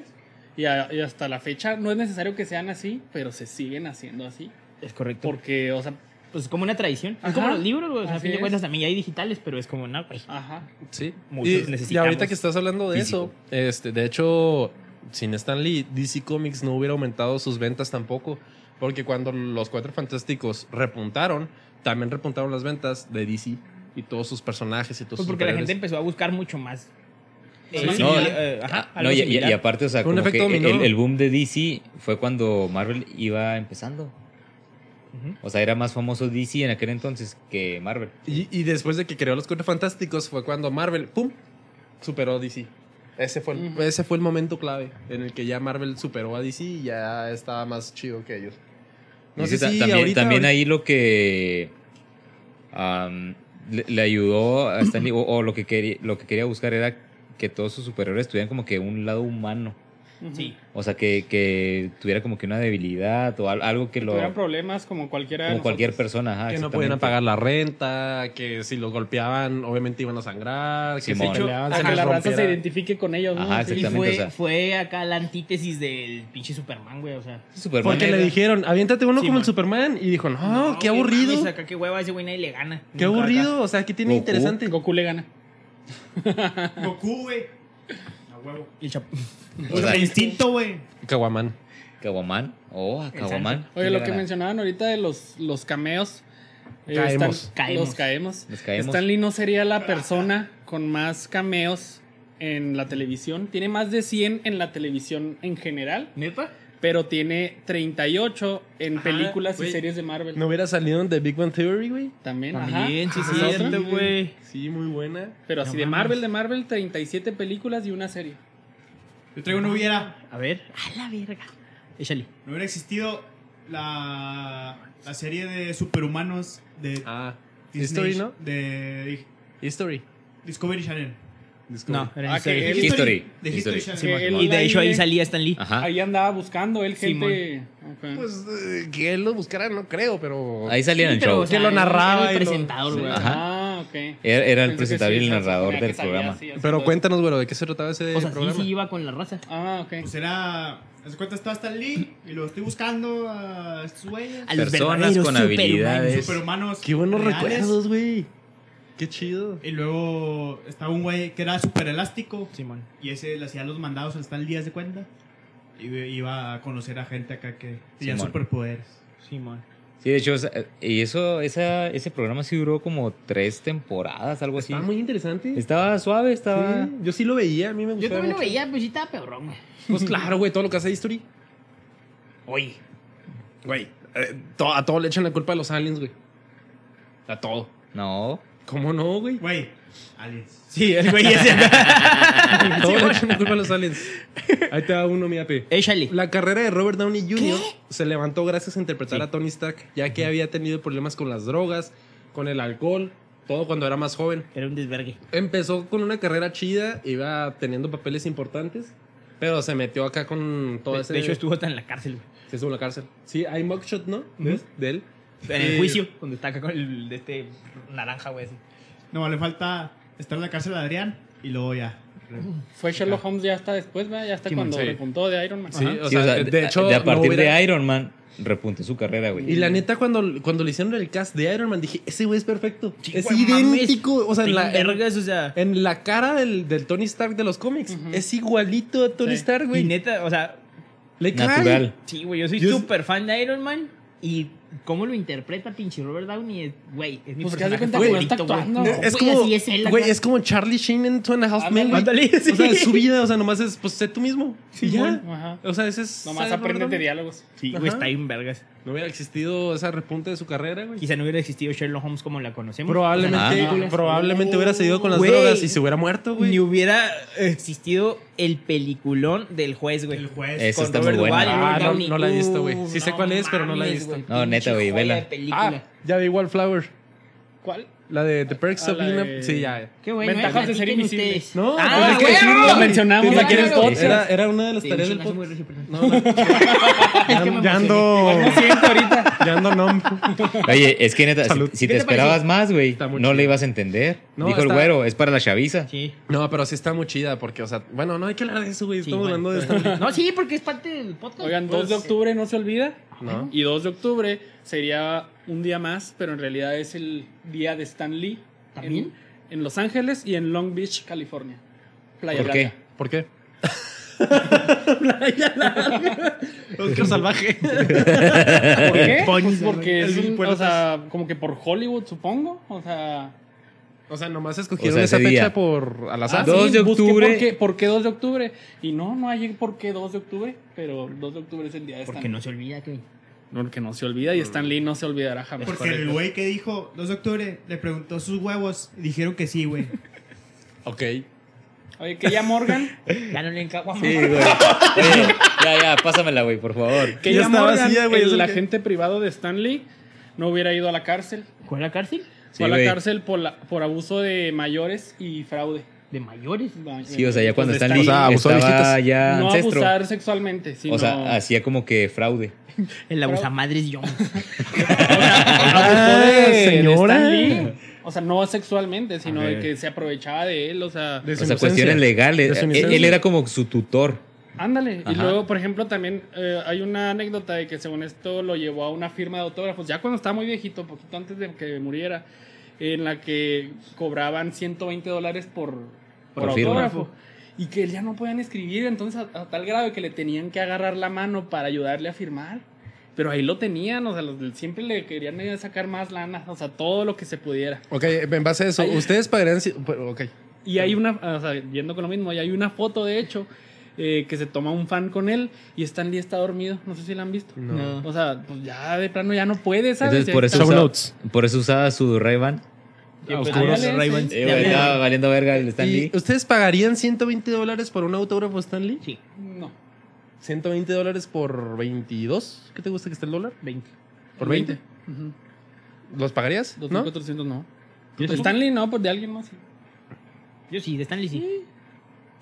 Y, a- y hasta la fecha no es necesario que sean así, pero se siguen haciendo así. Es correcto. Porque, o sea, Pues es como una tradición. Es Ajá. como los libros, güey. O sea, a Así fin de es. cuentas también ya hay digitales, pero es como, no, güey. ajá. Sí. Muchos Y, y necesitamos ahorita que estás hablando de físico. eso, este, de hecho, sin Stan Lee, DC Comics no hubiera aumentado sus ventas tampoco, porque cuando los Cuatro Fantásticos repuntaron, también repuntaron las ventas de DC y todos sus personajes y todos Pues sus porque la gente superhéroes. empezó a buscar mucho más. Sí, más no, similar, y- eh, ajá, Ah, algo no, y, y- similar. y aparte, o sea, Fue un como que efecto el, dominó. el boom de DC fue cuando Marvel iba empezando. Ujú. O sea, era más famoso DC en aquel entonces que Marvel. Y, y después de que creó los Cuatro Fantásticos fue cuando Marvel, ¡pum!, superó a DC. Ese fue, el, Ujú. ese fue el momento clave en el que ya Marvel superó a DC y ya estaba más chido que ellos. No Y sé sí, ta- si también, ahorita- también ahorita- ahí lo que am, le, le ayudó a Stanley, o, o lo, que quería, lo que quería buscar era que todos sus superhéroes tuvieran como que un lado humano. ujú. Sí. O sea, que, que tuviera como que una debilidad o al- algo que lo... Tuvieron problemas como cualquiera. de Como cualquier nosotros. persona. ajá, que no exactamente. podían pagar la renta, que si los golpeaban obviamente iban a sangrar, que Simón. si peleaban se Ajá, les que la raza se rompiera. identifique con ellos, ¿no? Ajá, Sí. Y Exactamente, fue, o sea. fue acá la antítesis del pinche Superman, güey. O sea, Superman Porque le era- dijeron, aviéntate uno como Simón. el Superman y dijo, no, Ah, qué güey, aburrido, mames, acá qué hueva, ese güey nadie le gana. qué Nunca aburrido, o sea, ¿qué tiene Goku. interesante? Goku le gana. Goku, güey. A huevo. acá. El chap- O sea, instinto, güey. Caguamán. Caguamán. Oh, a El Caguamán. Sancho. Oye, ¿Quién lo le que gana? mencionaban ahorita de los, los cameos. eh, Caemos. Stan- Caemos. Los caemos. Nos caemos. Stanley no sería la persona con más cameos en la televisión. Tiene más de 100 en la televisión en general, ¿Neta? pero tiene 38 en Ajá, películas güey. y series de Marvel. ¿No hubiera salido en The Big Bang Theory, güey? También, ajá. También, sí, Esa Ah, sí, es otra. cierto, güey. Sí, muy buena. Pero No así de mames. Marvel, de Marvel, 37 películas y una serie. Yo traigo no hubiera, A ver. A la verga. Échale. no hubiera existido la, la serie de superhumanos de Ah, Disney, History, ¿no? De History. Discovery Channel. No, era Ah, History. que él- History. De History. History Que Channel. él Y de hecho ahí eh, salía Stan Lee. Ajá. Ahí andaba buscando él gente. Ok. Pues eh, que él lo buscara, no creo, pero... Ahí salían Sí, el pero, show. o sea, Que lo era- era narraba el y lo- presentador, güey. Pues, Ajá. Ah, ok. ok. Era, era el Pensé que presentador sí, y el se narrador suponía del que salía programa. así, Pero haciendo- cuéntanos, güero, ¿de qué se trataba ese O sea, sí, programa? sí iba con la raza. Ah, ok. Pues era. Hace cuenta estaba Stan Lee y lo estoy buscando a estos güeyes. A los Personas verdaderos con superhumanos. habilidades. Superhumanos. Qué buenos reales. recuerdos, güey. Qué chido. Y luego estaba un güey que era súper elástico Simón. y ese le hacía los mandados al Stan Lee, haz de cuenta. Y iba a conocer a gente acá que tenía Simón. superpoderes. Simón. Sí, de hecho, o sea, y eso, esa, ese programa sí duró como tres temporadas, algo así. Está Ah, muy interesante. Estaba suave, estaba. Sí, yo sí lo veía, a mí me gustaba. Yo también lo mucho. veía, pues sí estaba peorrón, güey. Pues claro, güey, todo lo que hace History. Oye, Güey, eh, to- a todo le echan la culpa a los aliens, güey. A todo. No. ¿Cómo no, güey? Güey, aliens. Sí, el güey ese. A todo le echan la culpa a los aliens. Ahí te va uno, mi ape. échale. La carrera de Robert Downey Jr. se levantó gracias a interpretar a Tony Stark, ya que había tenido problemas con las drogas, con el alcohol, todo cuando era más joven. Era un desvergue. Empezó con una carrera chida, iba teniendo papeles importantes, pero se metió acá con todo De, ese... de hecho, estuvo hasta en la cárcel, güey. Se estuvo en la cárcel. Sí, hay mugshot, ¿no? ¿De- De él. En el Sí. juicio, donde está acá con el de este naranja, güey. así. No, le falta estar en la cárcel a Adrián y luego ya. Fue Sherlock Holmes ya hasta después, ¿verdad? Ya hasta Sí, cuando sí. repuntó de Iron Man. Sí, Ajá. o Sí, sea, o sea, de, de hecho... a no partir hubiera- de Iron Man, repuntó su carrera, güey. Y la neta, cuando, cuando le hicieron el cast de Iron Man, dije, ese güey es perfecto. es güey, mames. idéntico. O sea, en la, en- vergas, o sea. En la cara del, del Tony Stark de los cómics. Ujú. Es igualito a Tony Sí. Stark, Y güey. neta, o sea, Le cae. Natural. sí, güey, yo soy Yo- súper fan de Iron Man. Y cómo lo interpreta pinche Robert Downey, es- güey, es mi Pues que personaje hace cuenta que lo favorito, está güey. actuando. No, Es güey, como, así es él, güey, acá. es como Charlie Sheen en Two and a Half Men. güey. Ándale, sí. O sea, es su vida, o sea, nomás es, pues, sé tú mismo. Y ya. Ajá. O sea, ese es... Nomás ¿sabes, apréndete Robert? diálogos. Sí, güey, Ajá. está bien vergas. No hubiera existido ese repunte de su carrera, güey. Quizá no hubiera existido Sherlock Holmes como la conocemos. Ah, Probablemente, no, no. probablemente hubiera seguido con las Güey. drogas y se hubiera muerto, ni güey. hubiera existido el peliculón del juez, güey. El juez. Esa Con está muy Robert buena. Duvall y Robert Ah, no- Downey. no la he visto, güey. Uh, Sí sé cuál es, pero no la he visto. No, neta, pinche güey, joya vela. de película. Ah, ya vi Wallflower. ¿Cuál? La de The Perks Ah, of la Being a- de- Sí, ya. Qué bueno. eh, Ventajas de ser platiquen invisible. ustedes. No, pues, Ah, tenía que güey. decirlo. Lo mencionamos Tenía aquí que en el decirlo. podcast. Era, era una de las Sí, tareas un del chingazo muy podcast. recio, perdón. No, no. ya, me ya ando. ahorita. Ya ando nom. Oye, es que neta, si, Salud. si ¿Qué te te esperabas pareció? más, güey, Está muy no chido. le ibas a entender. No, Dijo está- el güero, es para la chaviza. Sí. No, pero sí está muy chida porque, o sea, bueno, no hay que hablar de eso, güey. sí, Estamos bueno. hablando de esto. No, sí, porque es parte del podcast. Pues, Oigan, 2 de octubre no se olvida. No. Y 2 de octubre sería un día más, pero en realidad es el día de Stan Lee. en- ¿También? En, Los Ángeles y en Long Beach, California. Playa ¿Por qué? Blanca. ¿Por qué? Oscar salvaje. ¿Por qué? Ponis, Pues porque el es un- o puertas. sea, como que por Hollywood, supongo. O sea, O sea, nomás escogieron O sea, esa ese fecha día. por al azar. Ah, Dos de busqué octubre. ¿por qué, por qué 2 de octubre? Y no, no hay por qué 2 de octubre, pero 2 de octubre es el día de Stan Porque no se olvida que. No, porque no se olvida y Stan Lee no se olvidará jamás. Porque el güey que dijo 2 de octubre le preguntó sus huevos y dijeron que sí, güey. Ok. Oye, que ya Morgan. Ya no le encaguamos. Sí, güey. Oye, ya, ya, pásamela, güey, por favor. Que Ya ya, está Morgan, vacía, güey, el es el que- agente privado de Stan Lee, no hubiera ido a la cárcel. ¿Fue a la cárcel? Sí, Fue a la güey. cárcel por, la- por abuso de mayores y fraude. De mayores. Da- Sí, o sea, ya cuando Pues de Stan Stan- Lee o sea, abusó de estaba viejitos. ya no Ah, ancestro. abusar sexualmente, sino O sea, hacía como que fraude. El abusamadres yo. abusó de- de señora. Stan Lee. O sea, no sexualmente, sino A de ver. que se aprovechaba de él, o sea, De su O sea, inocencia. cuestiones De legales. su Él, inocencia. él era como su tutor. ándale. Y Ajá. luego, por ejemplo, también eh, hay una anécdota de que según esto lo llevó a una firma de autógrafos, ya cuando estaba muy viejito, poquito antes de que muriera, en la que cobraban 120 dólares por, por, firma. autógrafo. Y que él ya no podían escribir, entonces a, a tal grado que le tenían que agarrar la mano para ayudarle a firmar. Pero ahí lo tenían, o sea, los del- siempre le querían eh, sacar más lana, o sea, todo lo que se pudiera. Ok, en base a eso, Ay. ustedes pagarían. si- pero, Ok. Y hay una, o sea, yendo con lo mismo, y hay una foto de hecho eh, que se toma un fan con él y Stan Lee está dormido. No sé si la han visto. No. O sea, pues ya de plano ya no puede, ¿sabes? Entonces, por Ya eso, está- Show usaba, notes. por eso usaba su Ray-Ban. Y, pues, oscuros ándale, Ray-Bans. sí. Eh, güey, estaba valiendo verga el Stan Lee. ¿Y ¿Ustedes pagarían 120 dólares por un autógrafo Stan Lee? Sí, No. 120 dólares por 22. ¿Qué te gusta que esté el dólar? 20. ¿Por 20? Ujú. ¿Los pagarías? ¿No? 2400 no. Yo sí. Stan Lee no, pues de alguien más. sí. Yo sí, de Stanley sí.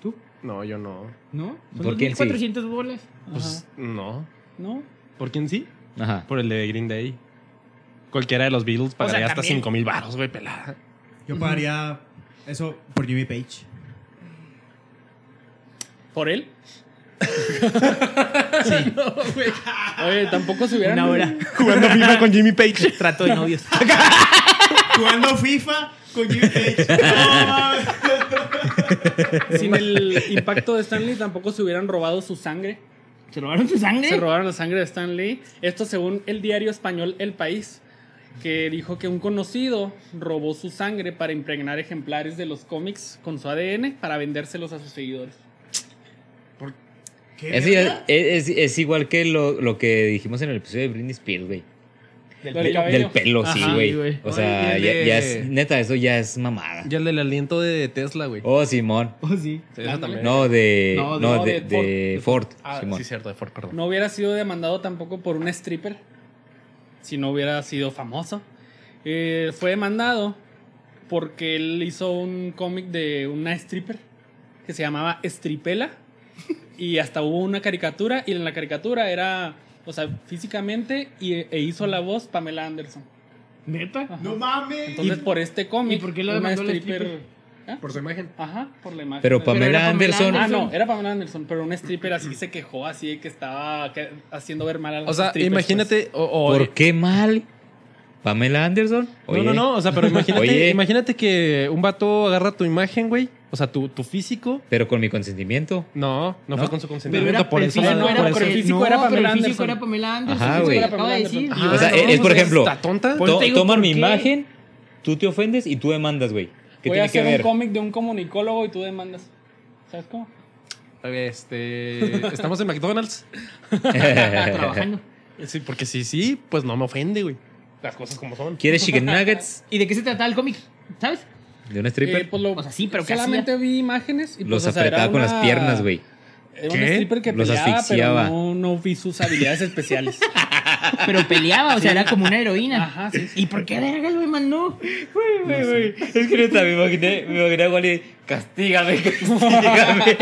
¿Tú? No, yo no. ¿No? Son ¿Por quién sí? 400 bolas. Pues no. Ajá. ¿No? ¿Por quién sí? Ajá. Por el de Green Day. Cualquiera de los Beatles pagaría hasta también. 5 mil baros, güey, pelada. Yo pagaría eso por Jimmy Page. ¿Por él? No, güey. Oye, tampoco se hubieran... Una hora. Jugando FIFA con Jimmy Page. Trato de novios. Jugando FIFA con Jimmy Page. No, mames. Sin el impacto de Stanley, tampoco se hubieran robado su sangre. ¿Se robaron su sangre? Se robaron la sangre de Stan Lee. Esto según el diario español El País, que dijo que un conocido robó su sangre para impregnar ejemplares de los cómics con su ADN para vendérselos a sus seguidores. ¿Qué Es, verga? es- es- es igual que lo, lo que dijimos en el episodio de Britney Spears, güey. Del, Del pelo, sí, Ajá, güey. güey. O sea, Oye, ya, de- ya es, neta, eso ya es mamada. Y el del aliento de Tesla, güey. Oh, Simón. Oh, sí. Sí, eso también. No, de, No, de- no, no, de de, Ford. de Ford. Ah, Simón. sí, cierto, de Ford, perdón. No hubiera sido demandado tampoco por un stripper si no hubiera sido famoso. Eh, fue demandado porque él hizo un cómic de una stripper que se llamaba Stripela y hasta hubo una caricatura y en la caricatura era, o sea, físicamente y, e hizo la voz Pamela Anderson. Ah, ¿Neta? No mames. Entonces por este cómic y por qué la una demandó la stripper? ¿Ah? Por su imagen. Ajá, por la imagen. Pero de- Pamela era Pamela Anderson. Ah, no, era Pamela Anderson, pero una stripper así se quejó, así de que estaba que- haciendo ver mal a las O sea, strippers, pues. imagínate. o- o- eh, ¿Por qué mal? ¿Pamela Anderson? Oye. No, no, no. O sea, pero Oye. imagínate, imagínate que un vato agarra tu imagen, güey. O sea, tu, tu físico. Pero con mi consentimiento. No, no, ¿No? fue con su Pero consentimiento. era, por el eso. físico la- no era, por pero eso- el físico era no, pero Pamela el físico Anderson. era Pamela Anderson. Ajá, el físico güey. era Pamela Anderson. Ajá, Acaba o sea, de no, es, es, decir. por pues, ejemplo, ¿Está tonta? Pues, to- te digo, toman ¿por mi qué? imagen, tú te ofendes y tú demandas, güey. ¿Qué Voy a tiene que hacer ver? un cómic de un comunicólogo y tú demandas. ¿Sabes cómo? Este, ¿Estamos en McDonald's? Trabajando. Sí, porque si sí, pues no me ofende, güey. Las cosas como son. ¿Quieres chicken nuggets ¿Y de qué se trataba el cómic? ¿Sabes? de una Eh, stripper? pues lo- O sea, sí, pero ¿qué solamente vi imágenes y Los pues, o sea, era apretaba con las una- piernas, güey. Era ¿Qué? un stripper que Los peleaba, asfixiaba. pero no, no vi sus habilidades especiales. Pero peleaba, o sea, era como una heroína. Ajá, sí, sí. ¿Y por qué verga lo mandó? Es que neta, me imaginé, me imaginé a Wally, castígame, castígame.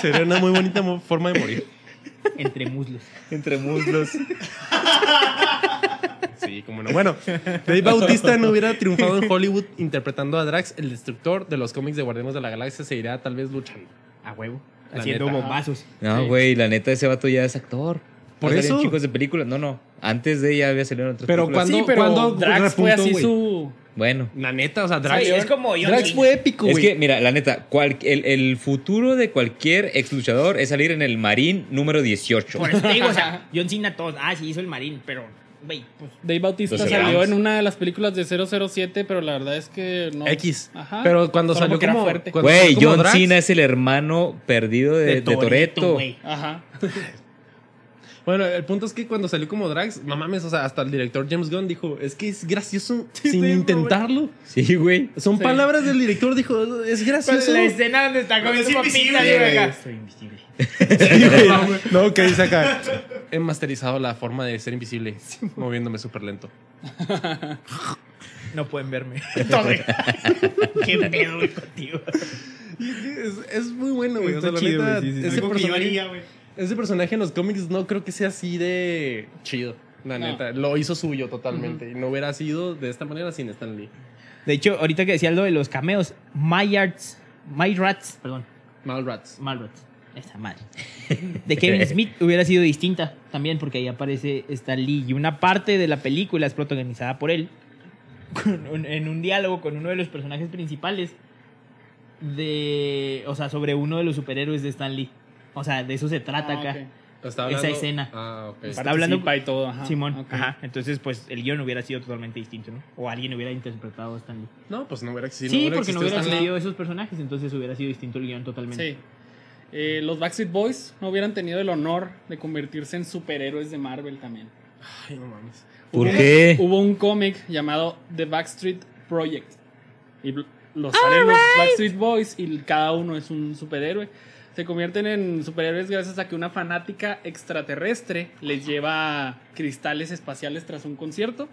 Sería una muy bonita mo- forma de morir. Entre muslos. Entre muslos. Sí, como no. Bueno, Dave Bautista no hubiera triunfado en Hollywood interpretando a Drax, el destructor de los cómics de Guardianes de la Galaxia, se iría tal vez luchando. A huevo. La Haciendo neta. bombazos. No, güey, la neta, ese vato ya es actor. Por No salía en eso. chicos de películas. No, no. Antes de ella había salido en otras Pero películas. cuando, Sí, pero cuando Drax fue repuntó, así güey? su... Bueno. La neta, o sea, Drax. Güey, es como John Drax Cena. fue épico, Es güey. que, mira, la neta, cual- el, el futuro de cualquier ex luchador es salir en el Marín número 18. Por eso te digo, o sea, John Cena todos. Ah, sí, hizo el marín, pero, güey, pues. Dave Bautista Los salió Evans. en una de las películas de 007, pero la verdad es que no... X. Ajá. Pero cuando Solo salió porque era como. fuerte. cuando salió Güey, como John Drax, Cena es el hermano perdido de, de, Toretto. güey. Ajá. Bueno, el punto es que cuando salió como Drax, no mames, o sea, hasta el director James Gunn dijo, es que es gracioso sin intentarlo. Sí, güey. Son palabras del director, dijo, es gracioso. la escena donde está con Es su papita, invisible, güey, güey. acá. Soy invisible. Sí, güey. no, que dice acá. He masterizado la forma de ser invisible, moviéndome súper lento. No pueden verme. Entonces, qué pedo, güey, contigo. Es, es muy bueno, güey. O Está sea, la chido, neta, güey, sí, sí, sí. ese, Algo que yo personaje, haría, güey. ese personaje en los cómics no creo que sea así de chido. La No. neta, lo hizo suyo totalmente. Y no hubiera sido de esta manera sin Stan Lee. De hecho, ahorita que decía lo de los cameos, Myards, Myrats, perdón, Malrats. Malrats, esa madre, de Kevin Smith hubiera sido distinta también, porque ahí aparece Stan Lee y una parte de la película es protagonizada por él, con un- en un diálogo con uno de los personajes principales, de, o sea, sobre uno de los superhéroes de Stan Lee. O sea, de eso se trata Ah, acá. ok. Está Esa hablando- escena. Ah, ok. Está hablando- Participa y todo, ajá. Simón, Ok. ajá. Entonces, pues el guión hubiera sido totalmente distinto, ¿no? O alguien hubiera interpretado a Stan Lee. No, pues no hubiera Sí, existido. hubiera porque existido no hubieras Stan Lee. leído esos personajes, entonces hubiera sido distinto el guión totalmente. Sí. Eh, los Backstreet Boys no hubieran tenido el honor de convertirse en superhéroes de Marvel también. Ay, no mames. ¿Por qué? Hubo un cómic llamado The Backstreet Project. Y bl- los salen los Backstreet Boys y cada uno es un superhéroe. Se convierten en superhéroes gracias a que una fanática extraterrestre les lleva cristales espaciales tras un concierto,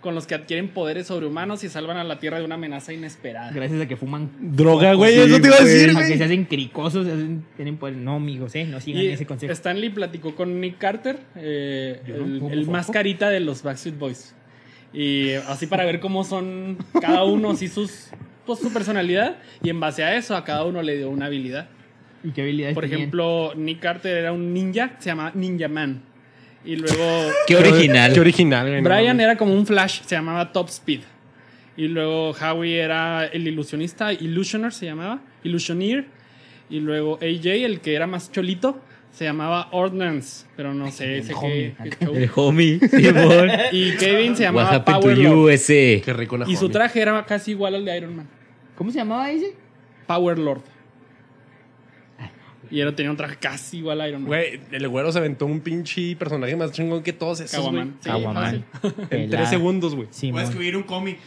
con los que adquieren poderes sobrehumanos y salvan a la Tierra de una amenaza inesperada. Gracias a que fuman, Droga, güey, Sí, eso te iba a güey. decir, a que se güey. hacen cricosos, se hacen- tienen poder. No, amigos, eh, no sigan Y ese consejo. Stanley platicó con Nick Carter, eh, Yo no el, fumo el más foco. carita eh, de los Backstreet Boys. Y así para ver cómo son cada uno, así sus pues, su personalidad y en base a eso a cada uno le dio una habilidad. ¿Y qué habilidades Por tenían? ejemplo, Nick Carter era un ninja, se llamaba Ninja Man. Y luego Qué original. Qué original, güey. no Brian mames. era como un flash, se llamaba Top Speed. Y luego Howie era el ilusionista, Illusioner se llamaba, Illusioneer. Y luego AJ, el que era más cholito, se llamaba Ordnance, pero no sé, ese homie. que, que show. El homie. Simón. Y Kevin se What llamaba happened to Power Lord. you, eh? ese? Qué rico una Y su homie. traje era casi igual al de Iron Man. ¿Cómo se llamaba ese? Power Lord. Y era tenía un traje casi igual a Iron Man. Güey, el güero se aventó un pinche personaje más chingón que todos esos, güey. Caguaman. Sí, Aguaman. En Pelada. tres segundos, güey. Sí, Voy a escribir un cómic.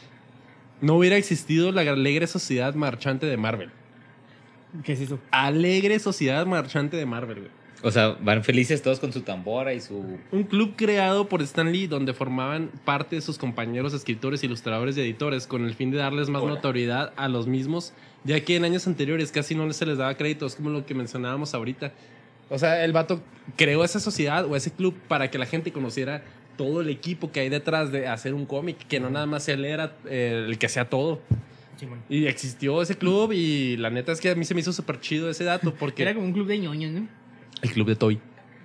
No hubiera existido la alegre sociedad marchante de Marvel. ¿Qué es eso? Alegre sociedad marchante de Marvel, güey. O sea, van felices todos con su tambora y su. Un club creado por Stan Lee donde formaban parte de sus compañeros escritores, ilustradores y editores con el fin de darles más notoriedad a los mismos, ya que en años anteriores casi no se les daba crédito, es como lo que mencionábamos ahorita. O sea, el vato creó esa sociedad o ese club para que la gente conociera todo el equipo que hay detrás de hacer un cómic, que no nada más él era eh, el que hacía todo. Y existió ese club y la neta es que a mí se me hizo súper chido ese dato porque... Era como un club de ñoños, ¿no? El club de Toy,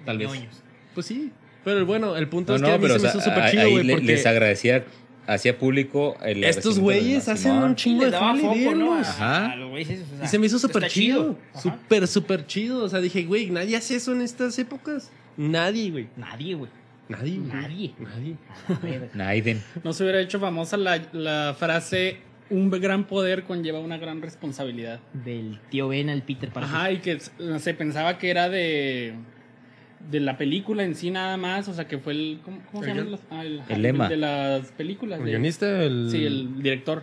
tal vez. Ñoños. Pues sí. Pero bueno, el punto No, es que a no, mí pero se o me sea, hizo a- súper chido, ahí güey, le- porque les agradecía, hacía público. el estos agradecimiento de güeyes Simón. hacen un chingo de Les daba jale, foco, ¿no? véanlos. Ajá. A los güeyes esos, o sea, Y se me hizo está súper chido. Ajá. Súper, súper chido. O sea, dije, güey, nadie hace eso en estas épocas. Nadie, güey. Nadie, güey. Nadie. güey. Nadie. Nadie. Naiden. No se hubiera hecho famosa la, la frase un gran poder conlleva una gran responsabilidad. Del tío Ben al Peter Parker. Ajá, y que s- se pensaba que era de de la película en sí nada más, o sea que fue el ¿cómo, cómo se El llama? Ah, el lema. de las películas. ¿El de- guionista? El, Sí, el director.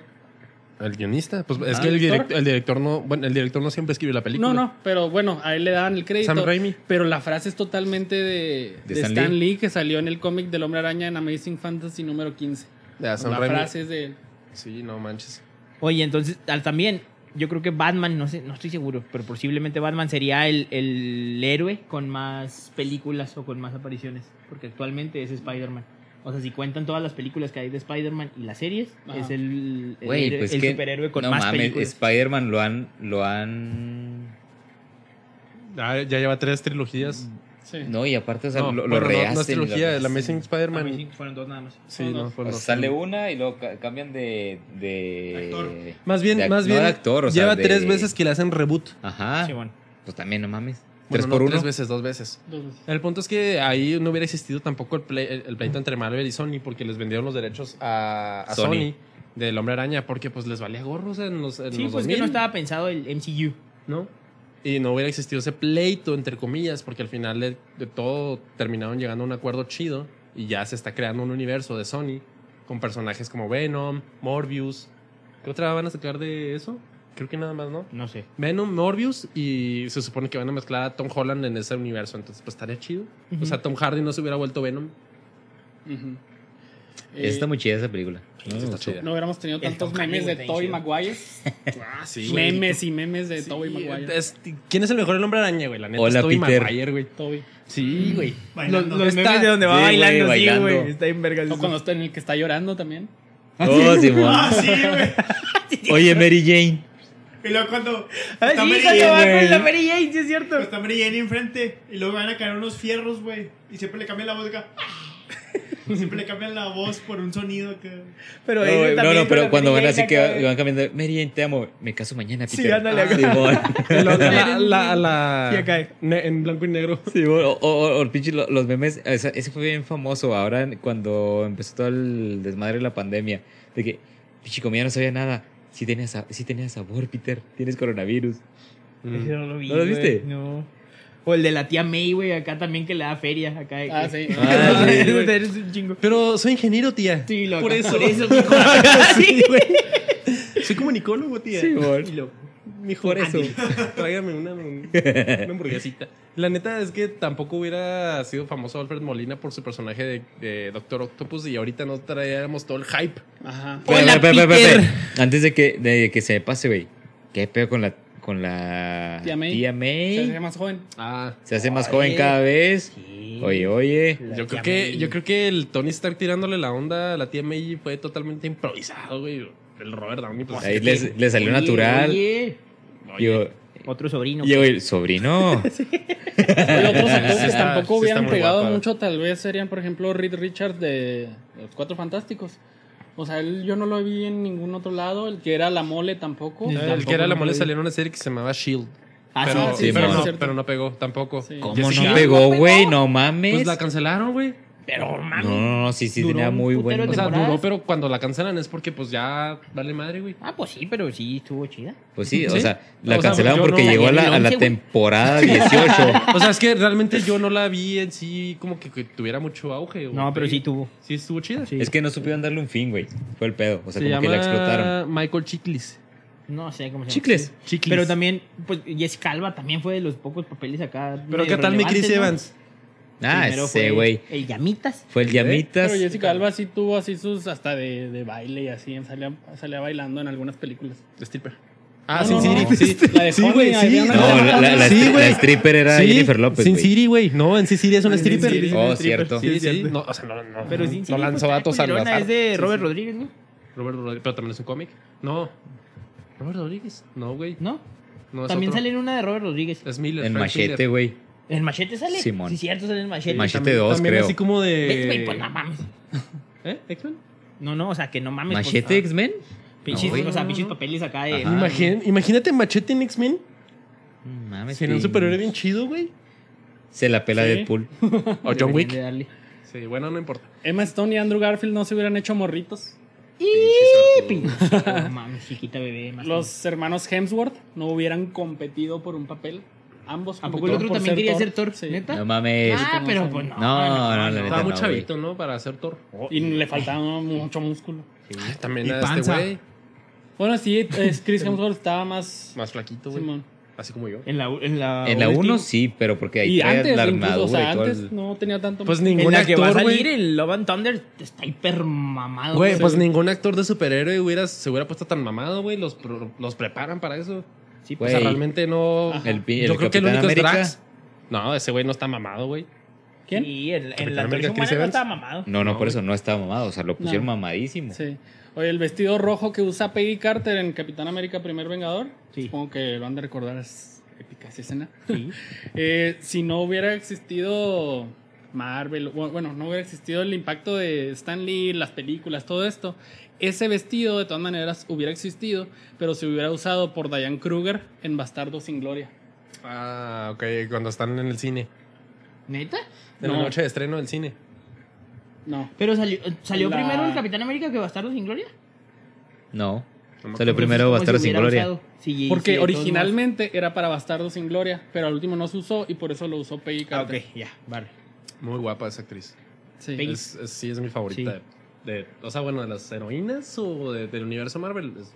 el guionista. Pues es Ah, que el, ¿director? direct- el director no. Bueno, el director no siempre escribe la película. No, no, pero bueno, a él le daban el crédito. Sam Raimi. Pero la frase es totalmente de, de De Stan Stan, Lee. Lee. que salió en el cómic del Hombre Araña en Amazing Fantasy número 15. Ya, Ah, Sam la Raimi. frase es de Sí, no manches. Oye, entonces, al- también, yo creo que Batman, no sé, no estoy seguro, pero posiblemente Batman sería el, el héroe con más películas o con más apariciones. Porque actualmente es Spider-Man. O sea, si cuentan todas las películas que hay de Spider-Man y las series, Ajá. es el, el, Güey, héroe- pues el que- superhéroe con no más mames, películas. Spider-Man lo han, lo han. Ah, ya lleva tres trilogías. sí. No, y aparte, o sea, no, lo, lo bueno, no- no, es rehacen y lo trilogía. El rehacen. Amazing A mí Spider-Man. sí fueron dos nada más. Sí, Son no, dos. fueron O sea, dos. Pues sale una y luego ca- cambian de. de Actor. Más bien, de ac- más no bien. de actor, o sea, lleva de- tres veces que le hacen reboot. Ajá. Sí, bueno. Pues también, no mames. Bueno, tres no, por uno. Tres veces, dos veces. Dos veces. El punto es que ahí no hubiera existido tampoco el, play- el- el pleito entre Marvel y Sony porque les vendieron los derechos a, a Sony. Sony. del Hombre Araña porque pues les valía gorros en los, en Sí, los pues que 2000, no estaba pensado el MCU. ¿no? Y no hubiera existido ese pleito entre comillas porque al final de, de todo terminaron llegando a un acuerdo chido y ya se está creando un universo de Sony con personajes como Venom, Morbius. ¿Qué otra van a sacar de eso? Creo que nada más, ¿no? No sé. Venom, Morbius y se supone que van a mezclar a Tom Holland en ese universo, entonces pues estaría chido. Ujú. O sea, Tom Hardy no se hubiera vuelto Venom. Ujú. Eh, Está muy chida esa película. No, pues, está no, chida. No hubiéramos tenido tantos Tom Hanks memes de está Tobey chido. Maguire. Ah, memes y memes de Sí, Tobey Maguire. es- ¿Quién es el mejor el hombre araña, güey? La neta Hola, es Tobey Peter. Maguire, güey. Toby. Sí, Mm. güey. Bailando. Los memes de donde va Sí, güey, bailando, sí, güey. bailando. Está en vergas. O cuando está en el que está llorando también. Oh, Simón. Ah, sí, güey. Oye, Mary Jane. Y luego cuando Ah, está sí, Mary cuando va Jane, con güey. la Mary Jane, sí es cierto. está Mary Jane enfrente y luego van a caer unos fierros, güey. Y siempre le cambian la voz acá. Siempre le cambian la voz por un sonido que... Pero No, ella güey, no, también no, con la pero cuando Mary van Jane así que acá de- van cambiando. Mary Jane, te amo. Me caso mañana, Sí, Peter. Ah, ándale, acá. Simón. La, la, la, la- Sí, acá. ne- en blanco y negro. Sí, bueno, o, o- o el pinche lo- los memes, esa- ese fue bien famoso ahora en- cuando empezó todo el desmadre de la pandemia, de que pinche comida no sabía nada, sí tenía, sa- sí tenía sabor, Peter, tienes coronavirus. Ese No lo vi, ¿No lo güey, viste? No. O el de la tía May, güey, acá también que le da feria. Acá de Ah, que- sí. Ah, sí, Ese güey. eres un chingo. Pero soy ingeniero, tía. Sí, loco, Por eso. Por eso, mijo. Sí, güey. Soy comunicólogo, tía. Sí, güey. Y lo- mijo, ándale, Tráigame una, un- una hamburguesita. La neta es que tampoco hubiera sido famoso Alfred Molina por su personaje de, de Doctor Octopus y ahorita no traíamos todo el hype. Ajá. Hola, Peter. Antes de que, de que se me pase, güey, ¿qué pedo con la, con la Tía May. May? Se hace más joven. Ah, Se hace más Oye. joven cada vez. Sí. Oye, oye. La Yo creo, tía que, May. yo creo que el Tony Stark tirándole la onda a la tía May fue totalmente improvisado, güey. el Robert Downey. Pues, Ahí le les salió natural. Oye, oye, Eh, Yo, otro sobrino. yo, el sobrino. Hay otros actores Sí que está- tampoco sí está hubieran muy pegado guapa. mucho, tal vez serían, por ejemplo, Reed Richards de Los Cuatro Fantásticos. O sea, él yo no lo vi en ningún otro lado. El que era la mole tampoco. el Tampoco que era la lo mole vi. salió en una serie que se llamaba Shield. Ah, pero, sí, sí, pero, sí, es no, cierto. pero no pegó tampoco. Sí. ¿Cómo Jessica- no pegó, ¿No güey? pegó? No mames. Pues la cancelaron, güey. Pero, no, mami. no, no, sí, sí, Duró tenía un muy putero buen. O sea, temporadas. duró, pero cuando la cancelan es porque pues ya vale madre, güey. Ah, pues sí, pero sí estuvo chida. Pues sí, o Sí. sea, la O sea, cancelaron yo porque no- llegó a la, Daniel a la Once, güey. temporada 18. O sea, es que realmente yo no la vi en sí como que, que tuviera mucho auge. güey. No, pero sí tuvo. Sí estuvo chida. Sí. Es que no supieron darle un fin, güey. Fue el pedo. O sea, se como llama que la explotaron. Michael Chiklis. No sé cómo se llama. Chicles. Chiklis. Pero también, pues Jessica Alba también fue de los pocos papeles acá. Pero medio ¿qué tal mi Chris relevantes, Evans? ¿no? Ah, Primero ese fue güey. El Llamitas. Fue el Llamitas. Pero Jessica Alba sí tuvo así sus hasta de, de baile y así, salía, salía bailando en algunas películas. Stripper. Ah, No, Sin no, City. no. Sí, La de sí, Honey, güey, ahí sí. había una- No, la, la- la Sí, stri- güey. la stripper era Sí, Jennifer López, Sin güey. City, güey. No, en Sin City es una stripper. City. Oh, cierto. Sí, sí. cierto. No, o sea, no, no. Pero sí, sí, no lanzó pues, datos está al culona, azar. Es de Sí, Robert sí. Rodríguez, ¿no? Robert Rodríguez, pero también es un cómic. No. Robert Rodríguez. No, güey. ¿No? No es También otro. sale en una de Robert Rodríguez. Es Miller. En Frank Machete, Miller. güey. ¿El machete sale? Simón. Sí, cierto, sale el machete. Machete. Eh, También- 2, también creo. así como Ves, güey, pues no de. mames. ¿Eh? ¿X-Men? No, no, o sea, que no mames. pues, ¿Machete ah, X-Men? pinches, No, güey. o sea, pinches papeles acá de. Ajá. Imagín- Imagínate Machete en X-Men. Mm, Mames. Sería un güey. superhéroe bien chido, güey. Se la pela Sí. Deadpool. O John Deberían de Wick. darle. Sí, bueno, no importa. Emma Stone y Andrew Garfield no se hubieran hecho morritos. Y pinche- No mames, chiquita bebé. más Los hermanos Hemsworth no hubieran competido por un papel. Ambos. ¿A poco el compitieron otro por también quería ser Thor? Sí. ¿Neta? No mames. ah, pero pues no. Este. No, no, la neta. Estaba muy no, chavito, ¿no? Para hacer Thor. Oh, Y le faltaba mucho músculo. Ay, También Y a este panza. güey. Bueno, sí, es Chris Hemsworth estaba más. Más flaquito, güey. Simón. Así como yo. En la, en la, En la 1 última- sí, pero porque ahí Y trae antes, la incluso, o sea, armadura y todo. antes el- no tenía tanto. Pues En ningún la que va a actor, salir güey. en Love and Thunder está hiper mamado. Güey, güey. pues ningún actor de superhéroe hubiera, se hubiera puesto tan mamado, güey. Los, pro- los preparan para eso. Sí, O pues, Güey. sea, realmente no. Ajá. El, pi- Yo el creo que el Capitán único América. es Drax. No, ese güey no está mamado, güey. ¿Quién? Y en, en Capitán la América, Torre Chris Humana no Evans. estaba mamado. No, no, No, por güey. eso no estaba mamado. O sea, lo pusieron No. mamadísimo. Sí. Oye, el vestido rojo que usa Peggy Carter en Capitán América Primer Vengador. Sí. Supongo que lo han de recordar. Es épica esa escena. Sí. Eh, si no hubiera existido Marvel, bu- bueno, no hubiera existido el impacto de Stan Lee, las películas, todo esto, ese vestido de todas maneras hubiera existido, pero se hubiera usado por Diane Kruger en Bastardo sin Gloria. Ah, ok, cuando están en el cine. ¿Neta? En No. la noche de estreno del cine. No. Pero salió, salió La- primero el Capitán América que Bastardo sin Gloria. No. No me Salió acuerdo. primero ¿Cómo Bastardo se sin hubiera Gloria. usado? Sí, sí, Porque de todos modos. originalmente era para Bastardo sin Gloria, pero al último no se usó y por eso lo usó Peggy Ah, Carter. ok, ya, vale. Muy guapa esa actriz. Sí. Peggy. Es- es- sí, es mi favorita. De, de- o sea, bueno, de las heroínas o de- del universo Marvel. es-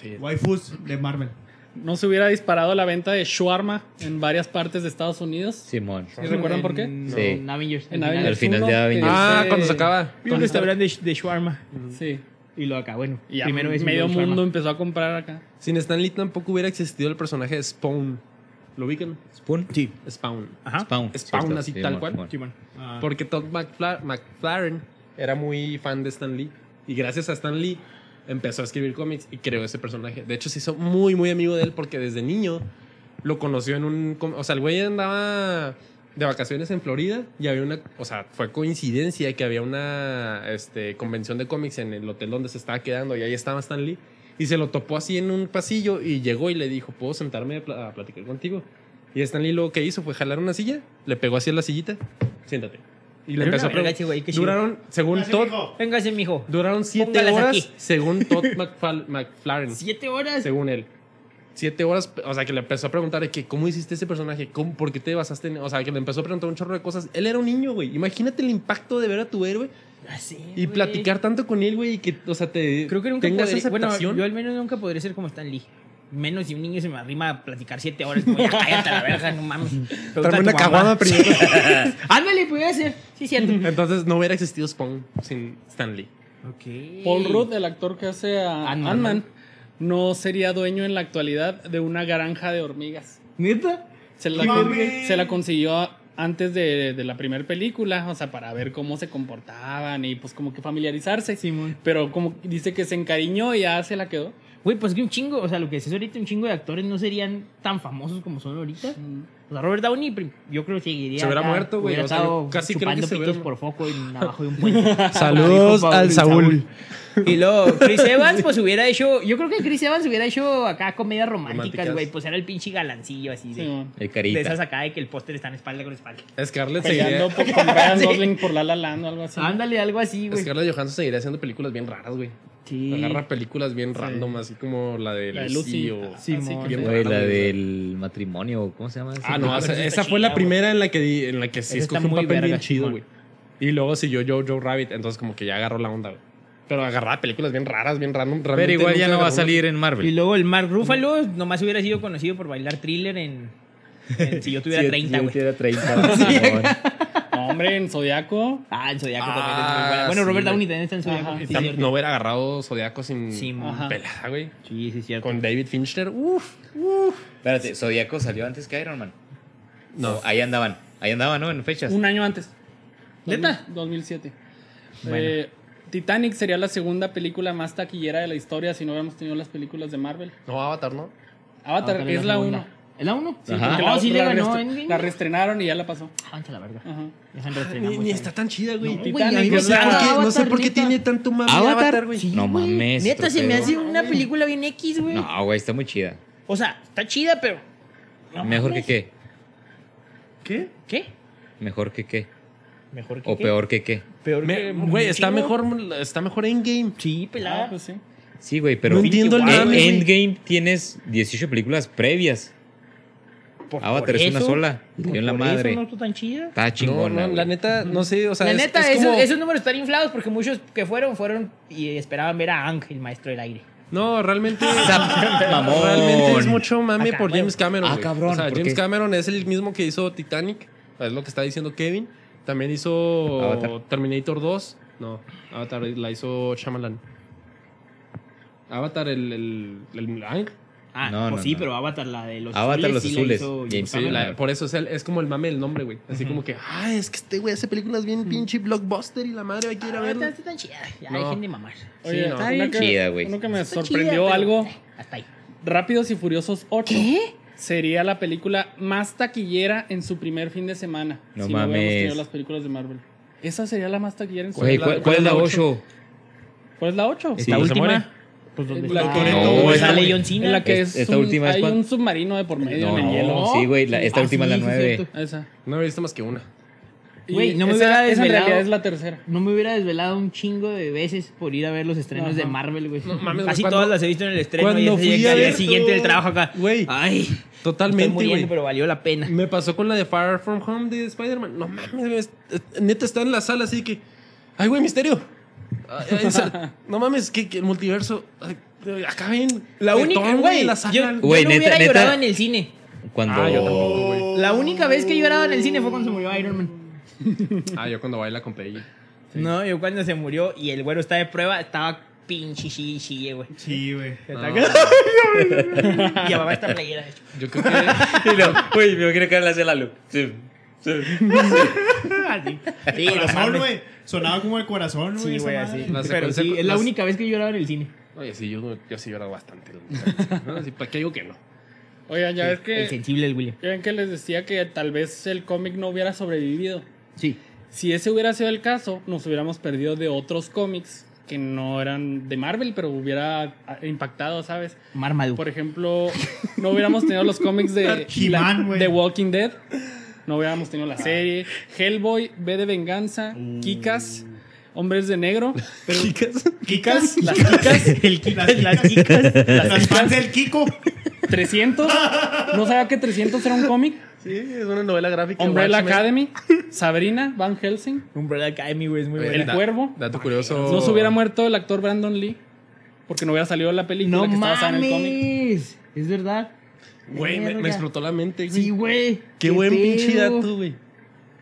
sí. Waifus de Marvel. No se hubiera disparado la venta de shawarma en varias partes de Estados Unidos. Simón. ¿Sí recuerdan por qué? Mm, En, Sí. en Avengers. En al final. Avengers Al final 1, de Avengers. Ah, ese- cuando se acaba. Vi un restaurante de, de shawarma. Sí. Y lo acá, bueno. Y ya primero es medio shawarma. mundo empezó a comprar acá. Sin Stan Lee tampoco hubiera existido el personaje de Spawn. ¿Lo ubican? Spoon. Sí. Spawn. Ajá. Spawn. Spawn, Cierto. así tal Simón, cual. Simón. Sí, bueno. Ah, Porque Todd McFla- McFarlane era muy fan de Stan Lee. Y gracias a Stan Lee empezó a escribir cómics y creó ese personaje. De hecho, se hizo muy, muy amigo de él porque desde niño lo conoció en un... com- O sea, el güey andaba de vacaciones en Florida y había una... O sea, fue coincidencia que había una este, convención de cómics en el hotel donde se estaba quedando y ahí estaba Stan Lee. Y se lo topó así en un pasillo y llegó y le dijo, ¿puedo sentarme a pla- a platicar contigo? Y Stan Lee lo que hizo fue jalar una silla, le pegó así a la sillita, siéntate. Y le Era empezó una a preguntar. verga ese güey, qué chido. Duraron, según Así Todd, dijo. Véngase, mijo. duraron siete Póngalas horas, aquí. según Todd McFal- McFarlane, Siete horas. según él. Siete horas, o sea, que le empezó a preguntar de que, ¿cómo hiciste ese personaje? ¿Cómo, ¿Por qué te basaste en...? O sea, que le empezó a preguntar un chorro de cosas. Él era un niño, güey. Imagínate el impacto de ver a tu héroe Ya sé, y Ah, güey. platicar tanto con él, güey, y que, o sea, te Creo que nunca tengas podré- esa Bueno, aceptación. yo al menos nunca podré ser como Stan Lee. Menos si un niño se me arrima a platicar siete horas. Como, ya cállate a la verga, no mames. Pregúntale a Tráeme tu una mamá. caguama primero. Ándale, podría ser. Sí, cierto. Entonces no hubiera existido Spawn sin Stan Lee. ok. Paul Rudd, el actor que hace a Ant-Man. Ant-Man, no sería dueño en la actualidad de una granja de hormigas. ¿Neta? Se la, ¡Mami! se la consiguió a antes de, de la primera película, o sea, para ver cómo se comportaban y pues como que familiarizarse. Simón. Pero como dice que se encariñó y ya se la quedó. Güey, pues que un chingo, o sea, lo que decís ahorita, un chingo de actores no serían tan famosos como son ahorita. O sea, Pues, Robert Downey, prim- yo creo que seguiría. Se hubiera acá, muerto, güey, Hubiera o sea, estado yo casi creo chupando que se pitos hubiera- por foco en abajo de un puente. Saludos Como dijo al Paul Saúl. Y luego, Chris Evans, pues hubiera hecho. Yo creo que Chris Evans hubiera hecho acá comedias románticas, Románticas. güey. Pues era el pinche galancillo así de. Sí, El de carita. esas acá de que el póster está en espalda con espalda. Scarlett seguiría, peleando por, con Ryan Sí. Gosling por La La Land o algo así. Ándale, algo así, pues, güey. Scarlett Johansson seguiría haciendo películas bien raras, güey. Sí. Agarra películas bien random, así como la de La de Lucy Lucy. o... Sí, Simón. mon. bien Güey, raro, la güey. del matrimonio, ¿cómo se llama? esa? Ah, no, Ah, esa, pero sí esa está fue la chida, primera en la que di- en la que sí Esa está escogió un muy papel bien verga, chido, Simón. güey. Y luego siguió Joe Joe Rabbit, entonces como que ya agarró la onda, güey. Pero agarraba películas bien raras, bien random. Pero realmente igual nunca ya no va a agarró una- salir en Y Marvel. luego el Mark Ruffalo nomás hubiera sido conocido por bailar thriller en. en- si yo tuviera Sí, 30, sí, güey. tuviera 30. Simón. No, hombre, en Zodíaco. Ah, en Zodíaco Ah, también es muy buena. Bueno, sí, Robert güey. Downey también está en Zodíaco. Ajá. Sí, Y sí, tam- cierto. no hubiera agarrado Zodiaco sin Sí, mo. Ajá. pelada, güey. Sí, sí, es cierto. Con David Fincher, uff. Espérate, Zodíaco salió antes que Iron Man. No. O Ahí andaban. Ahí andaban, ¿no? En fechas. Un año antes. ¿Neta? 2007. Bueno. Eh, Titanic sería la segunda película más taquillera de la historia si no hubiéramos tenido las películas de Marvel. No, Avatar, ¿no? Avatar Avatar Ah, es la 1. ¿Es la 1? Ajá. Porque No, la, sí le Ah, la ganó restre- en la reestrenaron y ya la pasó. Avance la verga. Ajá. Déjame restrenar, Ni, güey. ni está tan chida, güey. Titanic, güey, a mí me no, sé gusta por qué, no sé Avatar, por qué neta. tiene tanto mame Avatar, güey. Sí, No güey. mames, Neta, otro se me pedo. hace una película bien X, güey. No, güey, está muy chida. O sea, está chida, pero. no ¿Mejor que mames. qué? ¿Qué? ¿Qué? ¿Mejor que qué? Mejor que ¿O qué? peor que qué? Peor Me- que- Güey, está chingo. mejor, está mejor Endgame. Sí, pelada. Ah, pues sí. Sí, güey, pero. No entiendo el Eh, mame, güey. Endgame tienes 18 películas previas. Por- Avatar por es una eso- sola. Le dio en la por eso madre. no está tan chida. Está No, chingona. no, la güey. neta, no sé, o sea, La es- neta, es esos, como- esos números están inflados porque muchos que fueron, fueron y esperaban ver a Ángel, maestro del aire. No, realmente. mamón. Realmente es mucho mame Acá, por güey. James Cameron. Ah, güey. cabrón, O sea, ¿por James qué? Cameron es el mismo que hizo Titanic. Es lo que está diciendo Kevin. También hizo Avatar. Terminator 2. No, Avatar la hizo Shyamalan. Avatar, el. el, el- ah, Ah, No, pues no, sí, no. pero Avatar, la de los Avatar, azules. los sí la azules. hizo James sí, Cameron. la- Cameron. por eso es, el- es como el mame del nombre, güey. Así como que, ah, es que este güey hace películas bien pinche blockbuster y la madre va a ir a Ah, no verla. está tan chida. Ya, No. dejen de mamar. Oye, Sí, no. uno bien que- chida, güey. Uno que me Está chida, sorprendió pero- algo. Hasta ahí. Rápidos y Furiosos 8. Sería la película más taquillera en su primer fin de semana. No si no hubiéramos mames. tenido las películas de Marvel. Esa sería la más taquillera en su Güey, la- ¿cuál, cuál es la 8? ¿Cuál es la 8? Sí. La ¿No se última. Pues donde La está- que- No, donde esta- sale John Cena. En la que Es- es esta un- última es hay cuan- un submarino de por medio No, en el hielo. sí, güey. la- Esta Ah, última es la sí, sí, 9. cierto. Esa. No he visto más que una. Güey, no me esa- hubiera esa en desvelado. realidad es la tercera. No me hubiera desvelado un chingo de veces por ir a ver los estrenos Ajá. de Marvel, güey. No mames, güey, Así cuando- todas las he visto en el estreno cuando y ese fui día que a al día ver siguiente todo, del trabajo acá. güey, Ay, Totalmente, estoy muriendo, güey. pero valió la pena. Me pasó con la de Far From Home de Spider-Man. No mames, güey, es- eh, neta está en la sala así que. Ay, güey, misterio. Ay, ay, sal- no mames, que, que el multiverso. Ay, ay, acá ven. La Petón, única, güey, la yo, yo sala. no Güey, neta- hubiera neta- llorado en el cine. Cuando. Ah, yo tampoco, güey. La única vez que he llorado en el cine fue cuando se murió Iron Man. Ah, yo cuando baila con Peggy. No, yo cuando se murió y el güero está de prueba, estaba pinche chille, chille, güey. Sí, güey. Ah. Y abajo esta playera, de hecho. Yo creo que. Y no, güey, me quiero caerle hacia la luz. Sí, sí. Así. Sí, no Corazón, mames. güey. Sonaba como el corazón, güey. Sí, esa güey, madre. así. Las Pero secuencias- sí, es la las- única vez que he llorado en el cine. Oye, sí, yo, yo sí lloro bastante. ¿no? Así, ¿Para qué digo que no? Oigan, ya ves El que. sensible del William. Ya ven que les decía que tal vez el cómic no hubiera sobrevivido. Sí. Si ese hubiera sido el caso, nos hubiéramos perdido de otros cómics que no eran de Marvel, pero hubiera ah, impactado, ¿sabes? Marmaduke. Por ejemplo, no hubiéramos tenido los cómics de He-Man, la- güey. de Walking Dead. No hubiéramos tenido la serie. Hellboy, B de Venganza, Kikas, Hombres de Negro. Chicas. Kikas, las Kikas, El Las Kikas, las Kikas. Las fans del Kiko. 300. No sabía que 300 era un cómic. Sí, es una novela gráfica. Umbrella Watchmen. Academy, Sabrina, Van Helsing. Umbrella Academy, güey, es muy Oye, bueno. El da- Cuervo. Dato curioso. No se hubiera muerto el actor Brandon Lee. Porque no hubiera salido la película No que está basada en el cómic. mames. Es verdad. Güey, me, me Verga. explotó la mente, güey. Sí, güey. Qué, buen pedo. pinche dato, güey.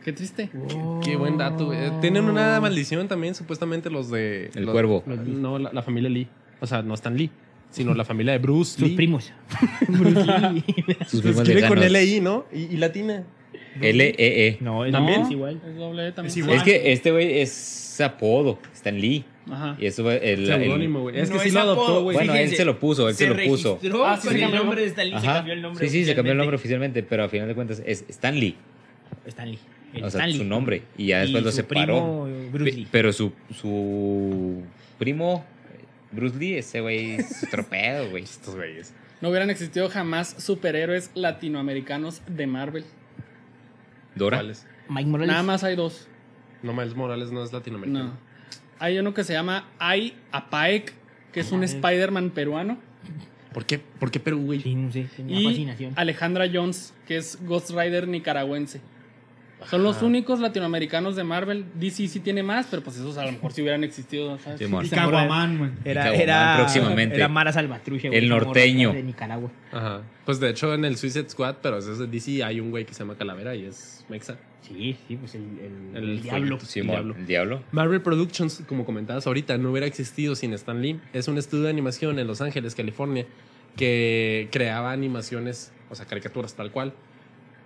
Qué triste. Oh. Qué, qué buen dato, güey. Eh, Tienen una maldición también, supuestamente, los de. El los- cuervo. los- no, la, la familia Lee. O sea, no están Lee, sino la familia de Bruce Sus Lee. primos. Bruce Lee. Sus Se primos escribe con lejanos. LI, ¿no? Y, y latina. L-E-E. No, es, ¿También? es igual. Es doble E también. Es igual. E Es que este güey es apodo, Stan Lee. Ajá. Y eso fue el. el- Seudónimo, güey. Es que No sí es lo apodo, adoptó, güey. Bueno, él se lo puso, él se lo puso. registró Ah, sí, con sí, el ¿no? nombre de Stan Lee, se Ajá. cambió el nombre. sí, sí, se cambió el nombre oficialmente. oficialmente, pero a final de cuentas es Stan Lee. Stan Lee. El o sea, Stan Lee. su nombre. Y ya después Y lo su separó. primo, Bruce Lee. Pe- Pero su, su primo, Bruce Lee, ese güey es otro pedo, güey. Estos güeyes. No hubieran existido jamás superhéroes latinoamericanos de Marvel. Dora. ¿Cuáles? Mike Morales. Nada más hay dos. No, Miles Morales no es latinoamericano. No. Hay uno que se llama Ai Apaek, que es un Spider-Man peruano. ¿Por qué? ¿Por qué Perú, güey? Sí, no sé, tenía Y fascinación. Alejandra Jones, que es Ghost Rider nicaragüense. Son los Ajá. únicos latinoamericanos de Marvel. DC sí tiene más, pero pues esos a lo mejor sí hubieran existido. ¿sabes? Simón. Y Caguamán, güey. Era, Caguamán, era, próximamente. era Mara Salvatrucha, güey, El esa morra norteño. De Nicaragua. Ajá. Pues de hecho en el Suicide Squad, pero eso es de DC, hay un güey que se llama Calavera y es Mexa. Sí, sí, pues el, el, El el diablo. fueguito, Simón, Diablo. el diablo. Marvel Productions, como comentabas ahorita, no hubiera existido sin Stan Lee. Es un estudio de animación en Los Ángeles, California, que creaba animaciones, o sea, caricaturas tal cual.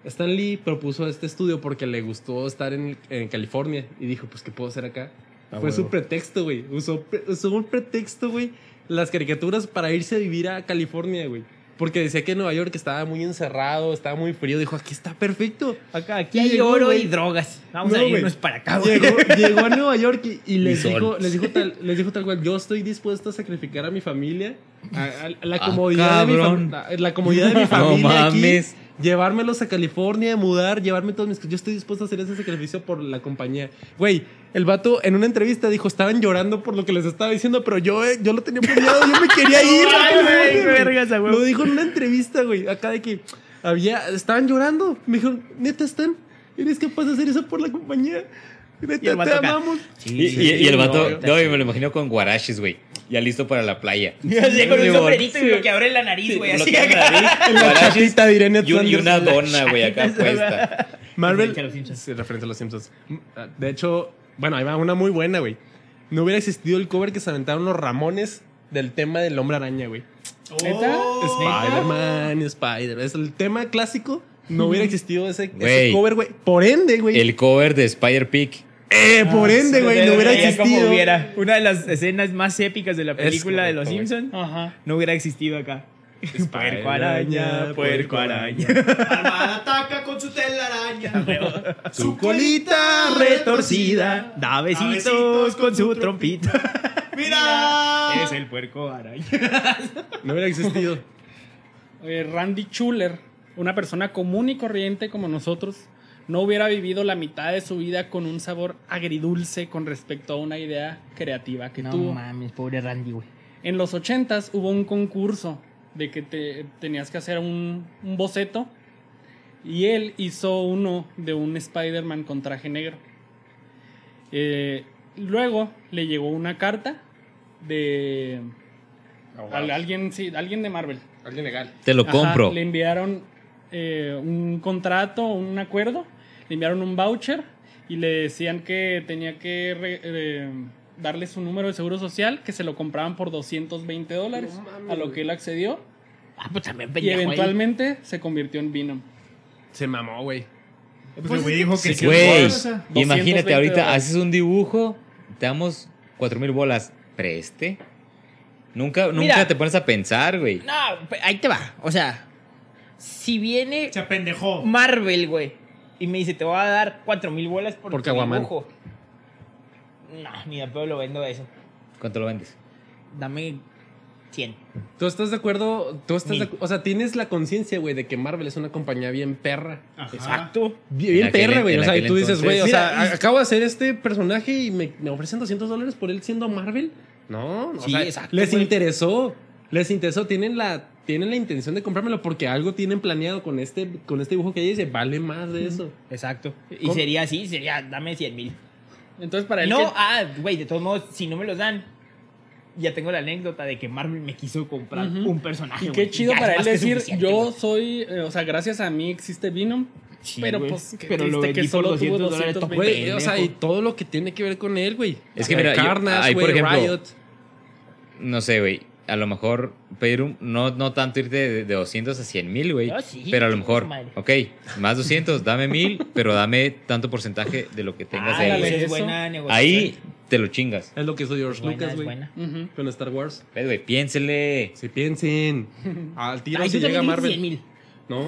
Stan Lee propuso este estudio porque le gustó estar en, en California y dijo, pues, ¿qué puedo hacer acá? Ah, Fue su huevo. pretexto, güey. Usó, pre- usó un pretexto, güey, las caricaturas para irse a vivir a California, güey. Porque decía que Nueva York estaba muy encerrado, estaba muy frío. Dijo, aquí está perfecto. Acá, aquí Y hay llegó, oro güey. y drogas. Vamos No, a irnos güey. para acá, güey. Llegó, llegó a Nueva York y, y les, sol. dijo, les, dijo tal, les dijo tal cual, yo estoy dispuesto a sacrificar a mi familia, a, a- a la Ah, comodidad de mi cabrón. fam- a- la comodidad de mi No familia aquí, mames. llevármelos a California, mudar, llevarme todos mis... Yo estoy dispuesto a hacer ese sacrificio por la compañía. Güey, el vato en una entrevista dijo, estaban llorando por lo que les estaba diciendo, pero yo, eh, yo lo tenía planeado, yo me quería ir. a California, güey. vergas, a huevo. lo dijo en una entrevista, güey, acá de que había... Estaban llorando. Me dijeron, neta, están... Eres capaz de hacer eso por la compañía. Y el Neta, vato te acá. amamos. Y, y- y el vato, no, no, y me lo imagino con guaraches, güey. Ya listo para la playa. Así con un Simón. sombrerito y lo que abre la nariz, güey. Lo Así que en acá. la nariz, guaraches Chatita, diré Ned y, un- y Flanders. una dona, güey, acá chaqueta, puesta. Marvel. Referencia a los Simpsons. Sí, referencia a los Simpsons. Mm, ah, De hecho, bueno, ahí va una muy buena, güey. No hubiera existido el cover que se aventaron los Ramones del tema del hombre araña, güey. ¿Neta? Oh, Oh. Spider-Man, Spider. Es el tema clásico. No hubiera existido ese, ese Güey. cover, güey. Por ende, güey. El Ah, cover de Spider Pig. Eh, por ende, güey. No hubiera Veía como existido. hubiera. Una de las escenas más épicas de la película de los correcto, güey. Simpsons Ajá. no hubiera existido acá. Puerco araña, puerco araña. Almada ataca con su telaraña. Su colita retorcida. Da besitos, besitos con, su trompita. Mira. es el puerco araña. No hubiera existido. Eh, Randy Schuller, una persona común y corriente como nosotros, no hubiera vivido la mitad de su vida con un sabor agridulce con respecto a una idea creativa que No tuvo. mames, pobre Randy, güey. En los 80s hubo un concurso de que te, tenías que hacer un, un boceto y él hizo uno de un Spider-Man con traje negro. Eh, luego le llegó una carta de al- alguien, sí, alguien de Marvel. Alguien legal. Te lo Ajá, compro. Le enviaron eh, un contrato, un acuerdo, le enviaron un voucher y le decían que tenía que re- eh, darle su número de seguro social, que se lo compraban por 220 dólares, a lo que él accedió Ah, pues también y pendejo. él. eventualmente se convirtió en Venom. Se mamó, güey. Pues el güey dijo que sí, Güey, o sea, imagínate 220 ahorita dólares. haces un dibujo, te damos cuatro mil bolas, preste. Nunca, nunca Mira. te pones a pensar, güey. No, pe- ahí te va. O sea, si viene Se apendejó. Marvel, güey, y me dice, te voy a dar cuatro mil bolas por Por tu Caguamán. dibujo. No, ni de pueblo vendo eso. ¿Cuánto lo vendes? Dame 100. ¿Tú estás de acuerdo? ¿Tú estás Mil. de acu- o sea, tienes la conciencia, güey, de que Marvel es una compañía bien perra. Ajá. Exacto. Bien, En bien aquel- perra, güey. en O sea, y aquel tú dices, güey, o entonces. sea, Mira, a- acabo de hacer este personaje y me, me ofrecen 200 dólares por él siendo Marvel. No, no, o Sí, sea, exacto, les güey. interesó. Les interesó, tienen la, tienen la intención de comprármelo porque algo tienen planeado con este, con este dibujo que ella dice, vale más de eso. Exacto. Y ¿Cómo? sería así, sería, dame 100 mil. Entonces para él... No, que- ah, güey, de todos modos, si no me los dan, ya tengo la anécdota de que Marvel me quiso comprar Ujú. un personaje. y güey. qué chido Ya es para él más que decir, suficiente, yo güey. soy, eh, o sea, gracias a mí existe Venom, Sí, pero güey. pues qué Pero lo triste vendí que por solo 200 tuvo dólares, 220. Güey, o sea, y Pendejo. todo lo que tiene que ver con él, güey. Es que mira, yo- Carnage, ahí, por güey, ejemplo, Riot. No sé, güey. a lo mejor pedir un, no, no tanto irte de, de 200 a 100 mil, güey. Ah, sí, pero a lo chingue mejor, su madre. ok, más 200, dame mil, pero dame tanto porcentaje de lo que tengas Ah, ahí. esa ándale. güey. es eso. buena negociación. Ahí te lo chingas. Es lo que hizo George Es buena, Lucas, es güey. buena. Ujú. Con Star Wars. Ves, güey, piénsele. Si piensen. Al tiro Ay, si tú llega también dijiste Marvel. 100 mil.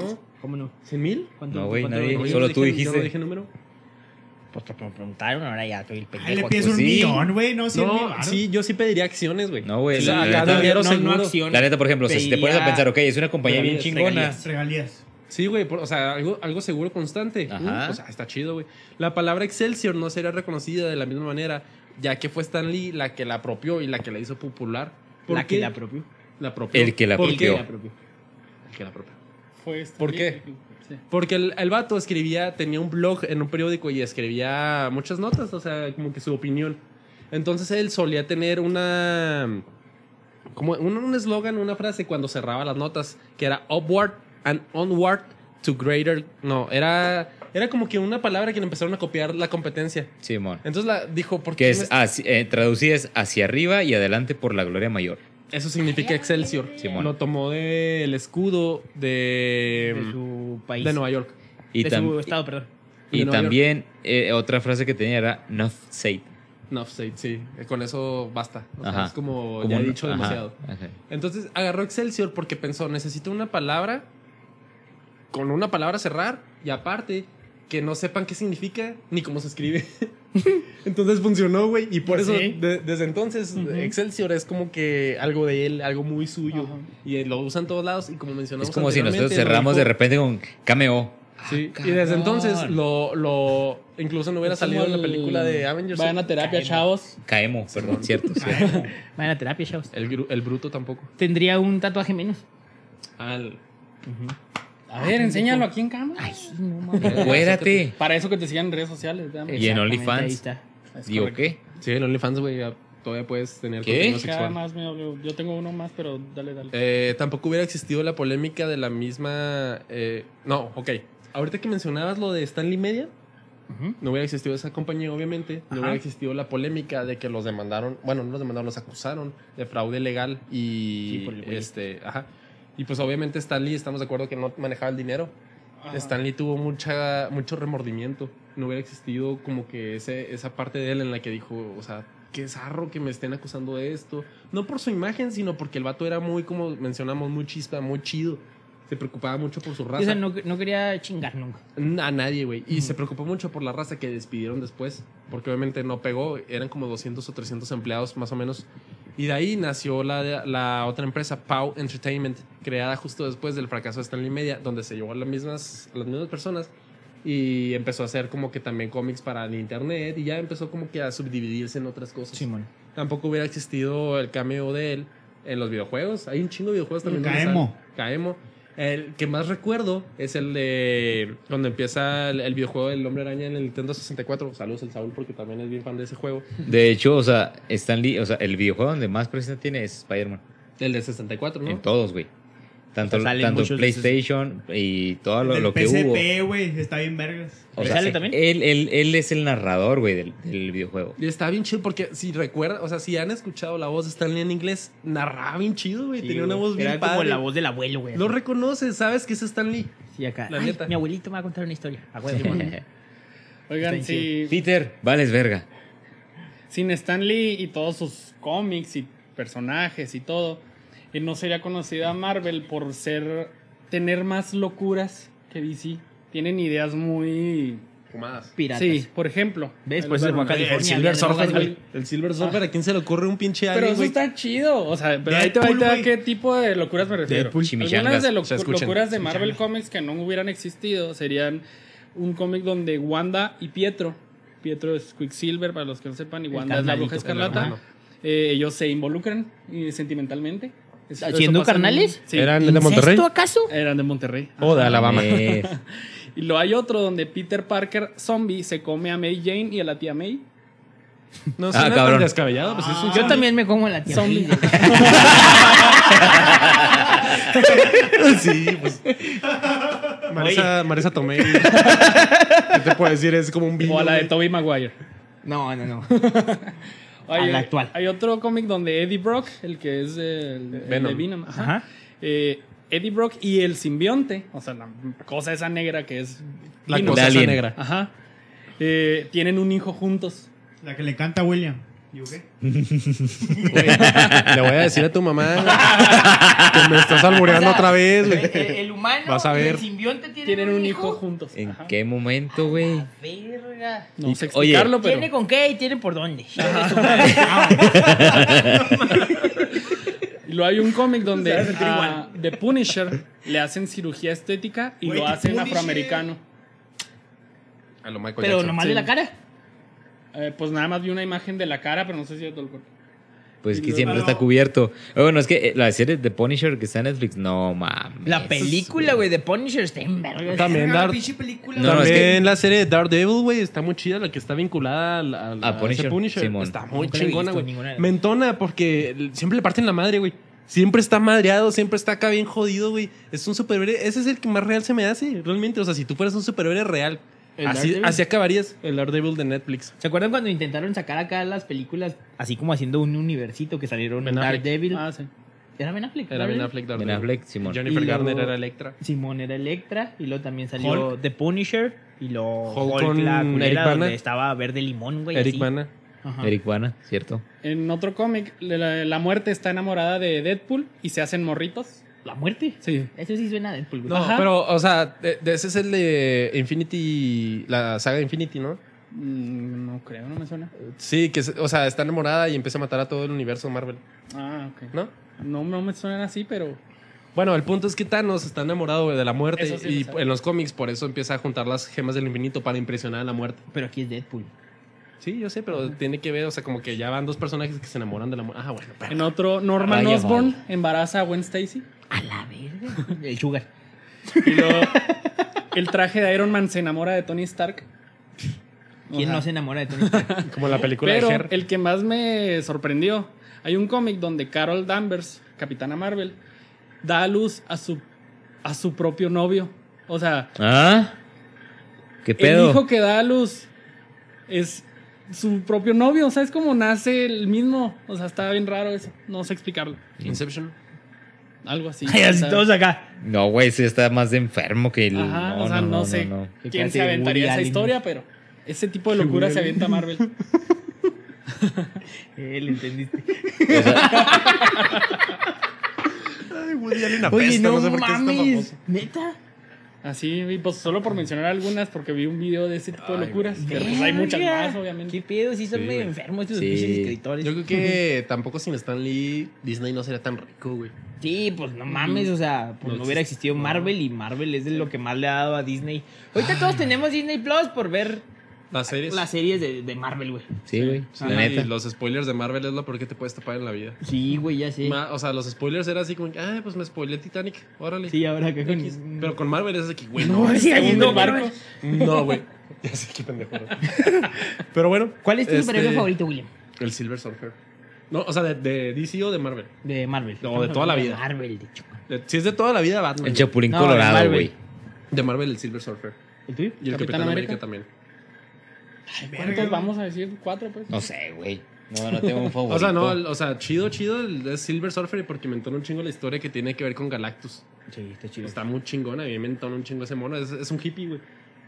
¿No? ¿Cómo no? ¿Cien mil? ¿Cuánto- No, güey, cuánto- nadie- No, yo solo no tú dije- Yo dijiste. no dije número. Pues te preguntaron, ahora ya estoy el pendejo. Ay, le pides un sí. millón, güey, no cien mil No, varos. sí, yo sí pediría acciones, güey. No, güey, O la- sea, la acá neta- dinero no, no seguro. acción. La neta, por ejemplo, o sea, si te pones a Pediría- pensar, ok, es una compañía bien Regalías, chingona. regalías. Regalías. Sí, güey, por- o sea, algo, algo seguro constante. Ajá. Mm, o sea, está chido, güey. La palabra Excelsior no sería reconocida de la misma manera, ya que fue Stan Lee la que la apropió y la que la hizo popular. ¿Por La qué? que la apropió. La apropió. El que la ¿Por El qué? que apropió. la apropió. El que la apropió. Fue este ¿Por día. qué? Sí. Porque el, el vato escribía, tenía un blog en un periódico y escribía muchas notas, o sea, como que su opinión. Entonces él solía tener una. como un un eslogan, una frase cuando cerraba las notas, que era upward and onward to greater. No, era. Era como que una palabra que le empezaron a copiar la competencia. Simón. Entonces la dijo, ¿por Que qué? es, me- hacia- eh, traducida es hacia arriba y adelante por la gloria mayor. Eso significa Excelsior. Simón. Lo tomó del escudo de. De su país. Em, de Nueva York. Y, de tam- su estado, perdón. y de Nueva también eh, otra frase que tenía era Nuff said. No, pues, sí, sí. Con eso basta. O sea, Ajá. es como, Como Oh, ya he un- dicho ajá, demasiado. ajá. Entonces agarró Excelsior porque pensó, necesito una palabra, con una palabra cerrar, y aparte, que no sepan qué significa ni cómo se escribe. entonces funcionó, güey, y por eso Pues sí. de- desde entonces Excelsior es como que algo de él, algo muy suyo, Ajá. y lo usan todos lados, y como mencionamos Es como si nosotros anteriormente, lo cerramos de dijo- repente con cameo. Sí, Ah, y desde cabrón. entonces lo, lo incluso no hubiera Es como salido en la el- película de Avengers. Vayan a terapia, Caemos. chavos. Caemos, perdón, cierto. Ah, cierto. Vayan a terapia, chavos. El, gru- el bruto tampoco. Tendría un tatuaje menos. Al, A ver, enséñalo aquí en cámara. Ay, sí, no mames. Eh, Cuérate. Para eso que te sigan en redes sociales. vean. Y en Exactamente, OnlyFans. ahí está. Es Digo, correcto. ¿qué? Sí, en OnlyFans, güey, ya todavía puedes tener ¿Qué? contenido Cada sexual. más me hablo. Yo tengo uno más, pero dale, dale. Eh, tampoco hubiera existido la polémica de la misma. eh, no, ok. Ahorita que mencionabas lo de Stanley Media, Ujú. no hubiera existido esa compañía, obviamente. No Ajá. hubiera existido la polémica de que los demandaron. Bueno, no los demandaron, los acusaron de fraude legal y. Sí, por el güey. este, ajá. Y pues obviamente Stanley, estamos de acuerdo que no manejaba el dinero. Stanley tuvo mucha, mucho remordimiento. No hubiera existido como que ese, esa parte de él en la que dijo, o sea, qué zarro que me estén acusando de esto. No por su imagen, sino porque el vato era muy, como mencionamos, muy chispa, muy chido. Se preocupaba mucho por su O sea, raza. no, no quería chingar nunca. N- A nadie, güey. Y se preocupó mucho por la raza que despidieron después. Porque obviamente no pegó. Eran como 200 o 300 empleados, más o menos. Y de ahí nació la, la otra empresa, Pow Entertainment, creada justo después del fracaso de Stanley Media, donde se llevó a las mismas, a las mismas personas y empezó a hacer como que también cómics para el internet y ya empezó como que a subdividirse en otras cosas. Simón. Tampoco hubiera existido el cameo de él en los videojuegos. Hay un chingo de videojuegos también. donde Caemo. sale. Caemo. El que más recuerdo es el de cuando empieza el, el videojuego del Hombre Araña en el Nintendo 64. Saludos al Saúl porque también es bien fan de ese juego. De hecho, o sea, Stan Lee, o sea, el videojuego donde más presencia tiene es Spider-Man. El de 64, ¿no? En todos, güey. Tanto, O sea, salen tanto muchos PlayStation y todo lo, Del lo que hubo. PSP, güey, está bien vergas. O ¿Le sea, sale también? Él, él, él es el narrador, güey, del, del videojuego. Y está bien chido porque si recuerdan, o sea, si han escuchado la voz de Stanley en inglés, narraba bien chido, güey. Tenía una voz bien Era como padre. la voz del abuelo, güey. Lo reconoces, sabes que es Stanley. Sí, acá. La Ay, neta. mi abuelito me va a contar una historia. A huevo. Oigan, Está si Peter, vales verga. sin Stanley y todos sus cómics y personajes y todo, eh, no sería conocida Marvel por ser tener más locuras que DC. Tienen ideas muy Fumadas. Piratas. Sí, por ejemplo. ¿Ves? Por eso se fue a California. El Silver había drogas, Surfer, güey. El Silver Surfer, ¿a quién se le ocurre un pinche Pero alien, eso güey? está chido. O sea, pero ahí te va, ahí te va Deadpool, güey. qué tipo de locuras me refiero. Deadpool, Algunas chimichangas. de lo- O sea, escuchen, locuras de Marvel chimichangas. Comics que no hubieran existido serían un cómic donde Wanda y Pietro, Pietro es Quicksilver para los que no sepan y El Wanda es la carnalito, bruja el escarlata, hermano. eh, ellos se involucran eh, sentimentalmente. Es- eso ¿Siendo pasa en- carnales? Sí, Eran de ¿Incesto Monterrey. acaso? eran de Monterrey. O de Alabama. Eh, Y lo hay otro donde Peter Parker, zombie, se come a Mary Jane y a la tía May. No Ah, suena cabrón. tan descabellado, pues es un Yo también me como a la tía. Zombie. May. Sí, pues. Marisa, Marisa Tomei. ¿Qué te puedo decir? Es como un vino. O a la de güey. Tobey Maguire. No, no, no. al actual. Hay otro cómic donde Eddie Brock, el que es el, el de Venom. Venom, ajá, Ajá. eh, Eddie Brock y el simbionte, o sea, la cosa esa negra que es La Venom, cosa Alien. esa negra. ajá, eh, tienen un hijo juntos. La que le encanta a William. ¿Digo qué? Güey, Le voy a decir a tu mamá que me estás albureando O sea, eh, otra vez, El, güey. el- el humano Vas a y el ver. simbionte tienen, Tienen un hijo juntos. ¿En ajá. qué momento, güey? Verga. No sé Oye, explicarlo, pero... Tiene con qué y tiene por dónde. Ah, Y luego hay un cómic donde Se va a sentir a The Punisher le hacen cirugía estética y Güey, lo The hacen Punisher. afroamericano. A lo Michael Pero Jackson. nomás sí. de la cara. Eh, pues nada más vi una imagen de la cara, pero no sé si de todo el cuerpo. Pues que Pero- siempre está cubierto. Ah, Bueno, es que eh, la serie de Punisher que está en Netflix, no mames. La película, güey, de Punisher está en verga. También, Verga, la Dar- pinche película. No, no, es también que- la serie de Daredevil, güey, está muy chida, la que está vinculada al- al- A a, ese Punisher, Simón. está muy Nunca la he chingona, visto, güey. ninguna de- Mentona, porque l- siempre le parten la madre, güey. Siempre está madreado, siempre está acá bien jodido, güey. Es un superhéroe. Ese es el que más real se me hace, realmente. O sea, si tú fueras un superhéroe real, ¿El así, Daredevil? así acabarías el Daredevil de Netflix. ¿Se acuerdan cuando intentaron sacar acá las películas así como haciendo un universito que salieron en Ben Affleck. Daredevil? Ah, sí. Era Ben Affleck. Era Ben Affleck, Daredevil. Ben Affleck, Simón. Jennifer Y luego- Garner era Electra. Simón era Electra y luego también salió Hulk. The Punisher y luego Hulk Hulk, con la culera Eric Bana. donde estaba verde limón, güey. Eric así. Bana. Ajá. Eric Bana, ¿cierto? En otro cómic, la, la muerte está enamorada de Deadpool y se hacen morritos. La muerte. Sí. Eso sí suena a Deadpool, güey. No, Ajá. pero, o sea, de- de ese es el de Infinity, la saga de Infinity, ¿no? Mm, No creo, no me suena. Sí, que, se- o sea, está enamorada y empieza a matar a todo el universo Marvel, Ah, ok. ¿no? No, no me suenan así, pero. Bueno, el punto es que Thanos está enamorado güey, de la muerte Eso sí y lo sé. en los cómics por eso empieza a juntar las gemas del infinito para impresionar a la muerte. Pero aquí es Deadpool. Sí, yo sé, pero tiene que ver, o sea, como que ya van dos personajes que se enamoran de la muerte. Ah, bueno, pero- En otro, Norman Vaya, Osborn embaraza a Gwen Stacy. A la verga. El Sugar. Y luego, el traje de Iron Man se enamora de Tony Stark. ¿Quién Ajá. no se enamora de Tony Stark? como la película Pero de Her. el que más me sorprendió, hay un cómic donde Carol Danvers, Capitana Marvel, da a luz a su, a su propio novio. O sea, ¿Ah? ¿Qué el pedo? hijo que da a luz es su propio novio. O sea, es como nace el mismo. O sea, está bien raro eso. No sé explicarlo. Inception. Algo así. Y así ¿sabes? todos acá. No, güey, ese está más de enfermo que el. Ajá, o sea, no, sé no. quién se Fíjate, Woody aventaría esa Allen. historia, pero ese tipo de locura se avienta Marvel. Eh, le entendiste. O sea, Oye, no, sé por qué es tan mames. famoso. ¿Neta? Así, y pues solo por mencionar algunas, porque vi un video de ese tipo de Ay, locuras. Pero pues hay muchas Verga. más, obviamente. ¿Qué pedo? Sí son Sí, medio güey. enfermos estos Sí. pinches escritores. Yo creo que tampoco sin Stan Lee, Disney no sería tan rico, güey. Sí, pues no mames, o sea, pues no, No hubiera existe, existido no. Marvel y Marvel es de lo que más le ha dado a Disney. Ahorita todos tenemos Disney Plus por ver Las series. las series de, de Marvel, güey. sí, güey. Sí, La neta. y los spoilers de Marvel es lo peor que te puedes tapar en la vida. Sí, güey, ya sé. Ma- o sea, los spoilers era así como, ah, pues me spoileé Titanic, órale. sí, ahora que con... Pero con Marvel es aquí, güey. No, sí, ahí Segundo no, barco. No, güey. Ya sé qué pendejo. Pero bueno. ¿Cuál es tu este, superhéroe favorito, William? El Silver Surfer. No, o sea, de, de DC o de Marvel. De Marvel. No, de toda la vida. Marvel, de hecho. De- si es de toda la vida, Batman. güey. El Chapulín No, Colorado, Marvel. güey. de Marvel, el Silver Surfer. ¿El tuyo? Y el Capitán Capitán, América? América también. ¿Cuántos vamos a decir? ¿Cuatro, pues? No sé, güey. No, no tengo un favorito. O sea, no, el- o sea, chido, chido el de Silver Surfer porque me entona un chingo la historia que tiene que ver con Galactus. Sí, está chido. Está muy chingona, y me entona un chingo ese mono. Es, es un hippie, güey.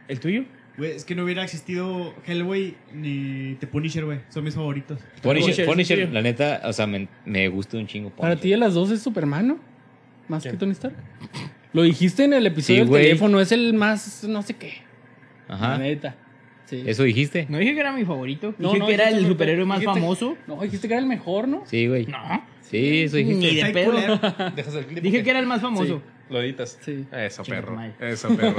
¿El tuyo? Güey, es que no hubiera existido Hellboy ni The Punisher, güey. Son mis favoritos. Punisher, Punisher, sí, Punisher, sí. la neta, o sea, me, me gusta un chingo. Para ti de Punisher. las dos es Superman, ¿no? Más ¿Quién? que Tony Stark. Lo dijiste en el episodio Sí, del güey. teléfono, es el más no sé qué. La Ajá. neta. Sí. ¿Eso dijiste? No dije que era mi favorito. No, dije no, que era dijiste el que- superhéroe más dijiste- famoso. No, dijiste que era el mejor, ¿no? Sí, güey. No, Sí, eso dijiste. ni de Ay, pedo. culero. Dejas el clip. Dije que era el más famoso. Lo editas. Sí. Eso, Chinga tu perro. madre. Eso, perro.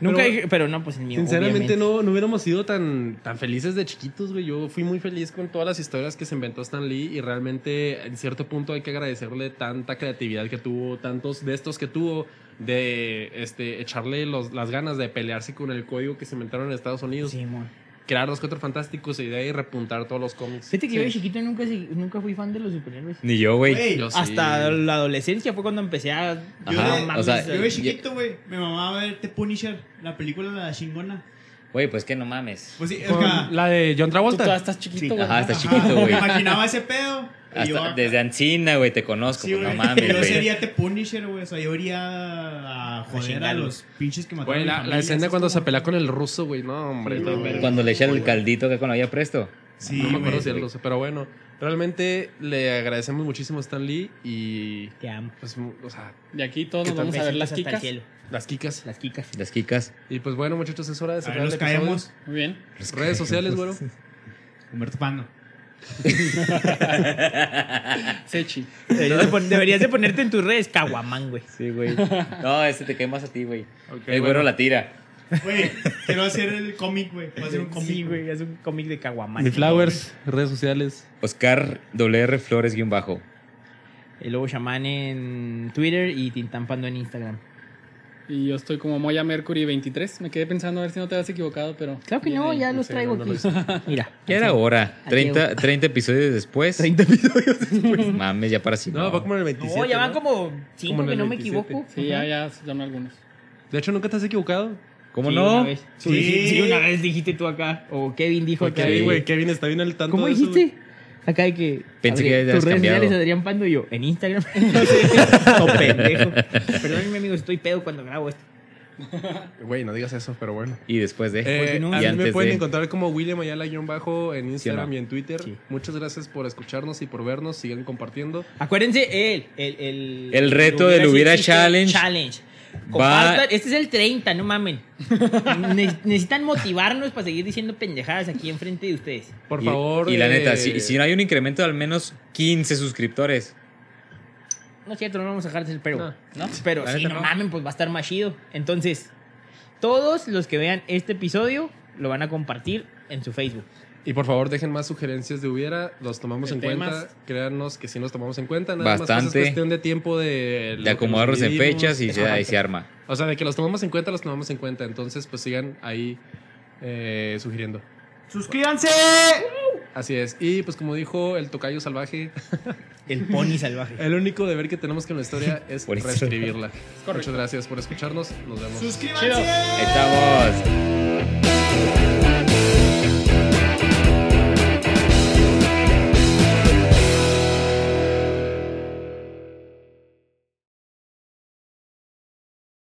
Nunca Pero- dije, pero no, pues el mío. Sinceramente obviamente. no, no hubiéramos sido tan, tan felices de chiquitos, güey. Yo fui muy feliz con todas las historias que se inventó Stan Lee y realmente en cierto punto hay que agradecerle tanta creatividad que tuvo, tantos de estos que tuvo, de este, echarle los- las ganas de pelearse con el código que se inventaron en Estados Unidos, Sí, mon. crear los cuatro fantásticos y de ahí repuntar todos los cómics. Fíjate que yo de chiquito nunca, se- nunca fui fan de los superhéroes. Ni yo, güey. Güey, Yo yo sí. Hasta la adolescencia fue cuando empecé a. Yo Ajá. de- o sea, de chiquito, güey, me mamaba ver The Punisher, la película la chingona. Güey, pues que no mames. Pues sí, es Con que- la de John Tú todavía Travolta. estás chiquito, Sí. güey. Ajá, está Ajá, chiquito, güey. Me imaginaba ese pedo. y yo Hasta acá. desde Ancina, güey, te conozco. Sí, pues, no güey. mames, Yo güey. sería The Punisher, güey. O sea, yo iría a joder a chingarlos. los pinches que mataron. Güey, a mi la, familia, la escena ¿sabes cuando se cómo? pelea con el ruso, güey. No, hombre. Sí, no, güey. güey. Cuando le echan el caldito que con la olla presto. Sí, no me acuerdo güey. si era el ruso, pero bueno. Realmente le agradecemos muchísimo a Stan Lee y. Te amo. Pues, mu- o sea, Y aquí todos ¿Qué nos tal? vamos a ver las Besitos hasta el chicas. cielo. las quicas. Las chicas. Las quicas. Y pues bueno, muchachos, es hora de A ver, cerrar el nos episodio. caemos. Muy bien. Redes sociales, güero. Humberto Pando. Sechi. Deberías de, pon- deberías de ponerte en tus redes caguamán, güey. Sí, güey. No, ese te quemas a ti, güey. Ok, el güero bueno. la tira. Güey, quiero hacer el cómic, güey. Voy a hacer un cómic. Sí, güey, es un cómic de caguamán. Mi Flowers, redes sociales. Oscar WR Flores guión bajo. El Lobo Shaman en Twitter y Tintampando en Instagram. Y yo estoy como Moya Mercury 23. Me quedé pensando a ver si no te has equivocado, pero. Claro que no, ya los Sí, traigo no, no aquí. lo Mira. Ya era hora. Adiós. 30, 30 episodios después. Pues, 30 episodios. Mames, ya para si No, no. va como en el No, 27. ya van ¿no? como 5, Como en que el no me 27. equivoco. Sí, ya, ya, ya me algunos. De hecho, nunca te has equivocado. ¿Cómo Sí, no? Una vez. Sí. Sí, sí, una vez dijiste tú acá. O Kevin dijo acá. Kevin, Sí. güey, Kevin está bien al tanto. ¿Cómo de eso, dijiste? Acá de que. Adrián, Pensé que ya habías Tus redes cambiado. sociales, Adrián Pando y yo. En Instagram. No sé. Oh, pendejo. Perdónenme, amigos, estoy pedo cuando grabo esto. güey. Güey, no digas eso, pero bueno. Y después de. Eh, Continúa. a Y mí me antes pueden de- encontrar como William Ayala guión bajo en Instagram no? y en Twitter. Sí. Muchas gracias por escucharnos y por vernos. Sigan compartiendo. Acuérdense, el, el, el, El reto del hubiera sí existe challenge. Challenge. Va- Compartan, este es el 30, no mamen. Ne- necesitan motivarnos para seguir diciendo pendejadas aquí enfrente de ustedes. Por y- favor. Y la eh, neta, si, si no hay un incremento de al menos 15 suscriptores. No es cierto, no vamos a dejar de ser pero. No. No. Pero La si neta, no, no. mamen, pues va a estar más chido. Entonces, todos los que vean este episodio lo van a compartir en su Facebook. Y por favor, dejen más sugerencias de hubiera. Los tomamos De en temas. cuenta. Créanos que sí nos tomamos en cuenta. Nada Más pues, Bastante. es cuestión de tiempo de. lo De que acomodarlos nos en dividimos. fechas y ya ahí se arma. O sea, de que los tomamos en cuenta, los tomamos en cuenta. Entonces, pues sigan ahí eh, sugiriendo. ¡Suscríbanse! Así es. Y pues como dijo el tocayo salvaje, El pony salvaje. el único deber que tenemos con la historia es Por eso. reescribirla. Muchas gracias por escucharnos. Nos vemos. ¡Suscríbanse! Chido. Estamos.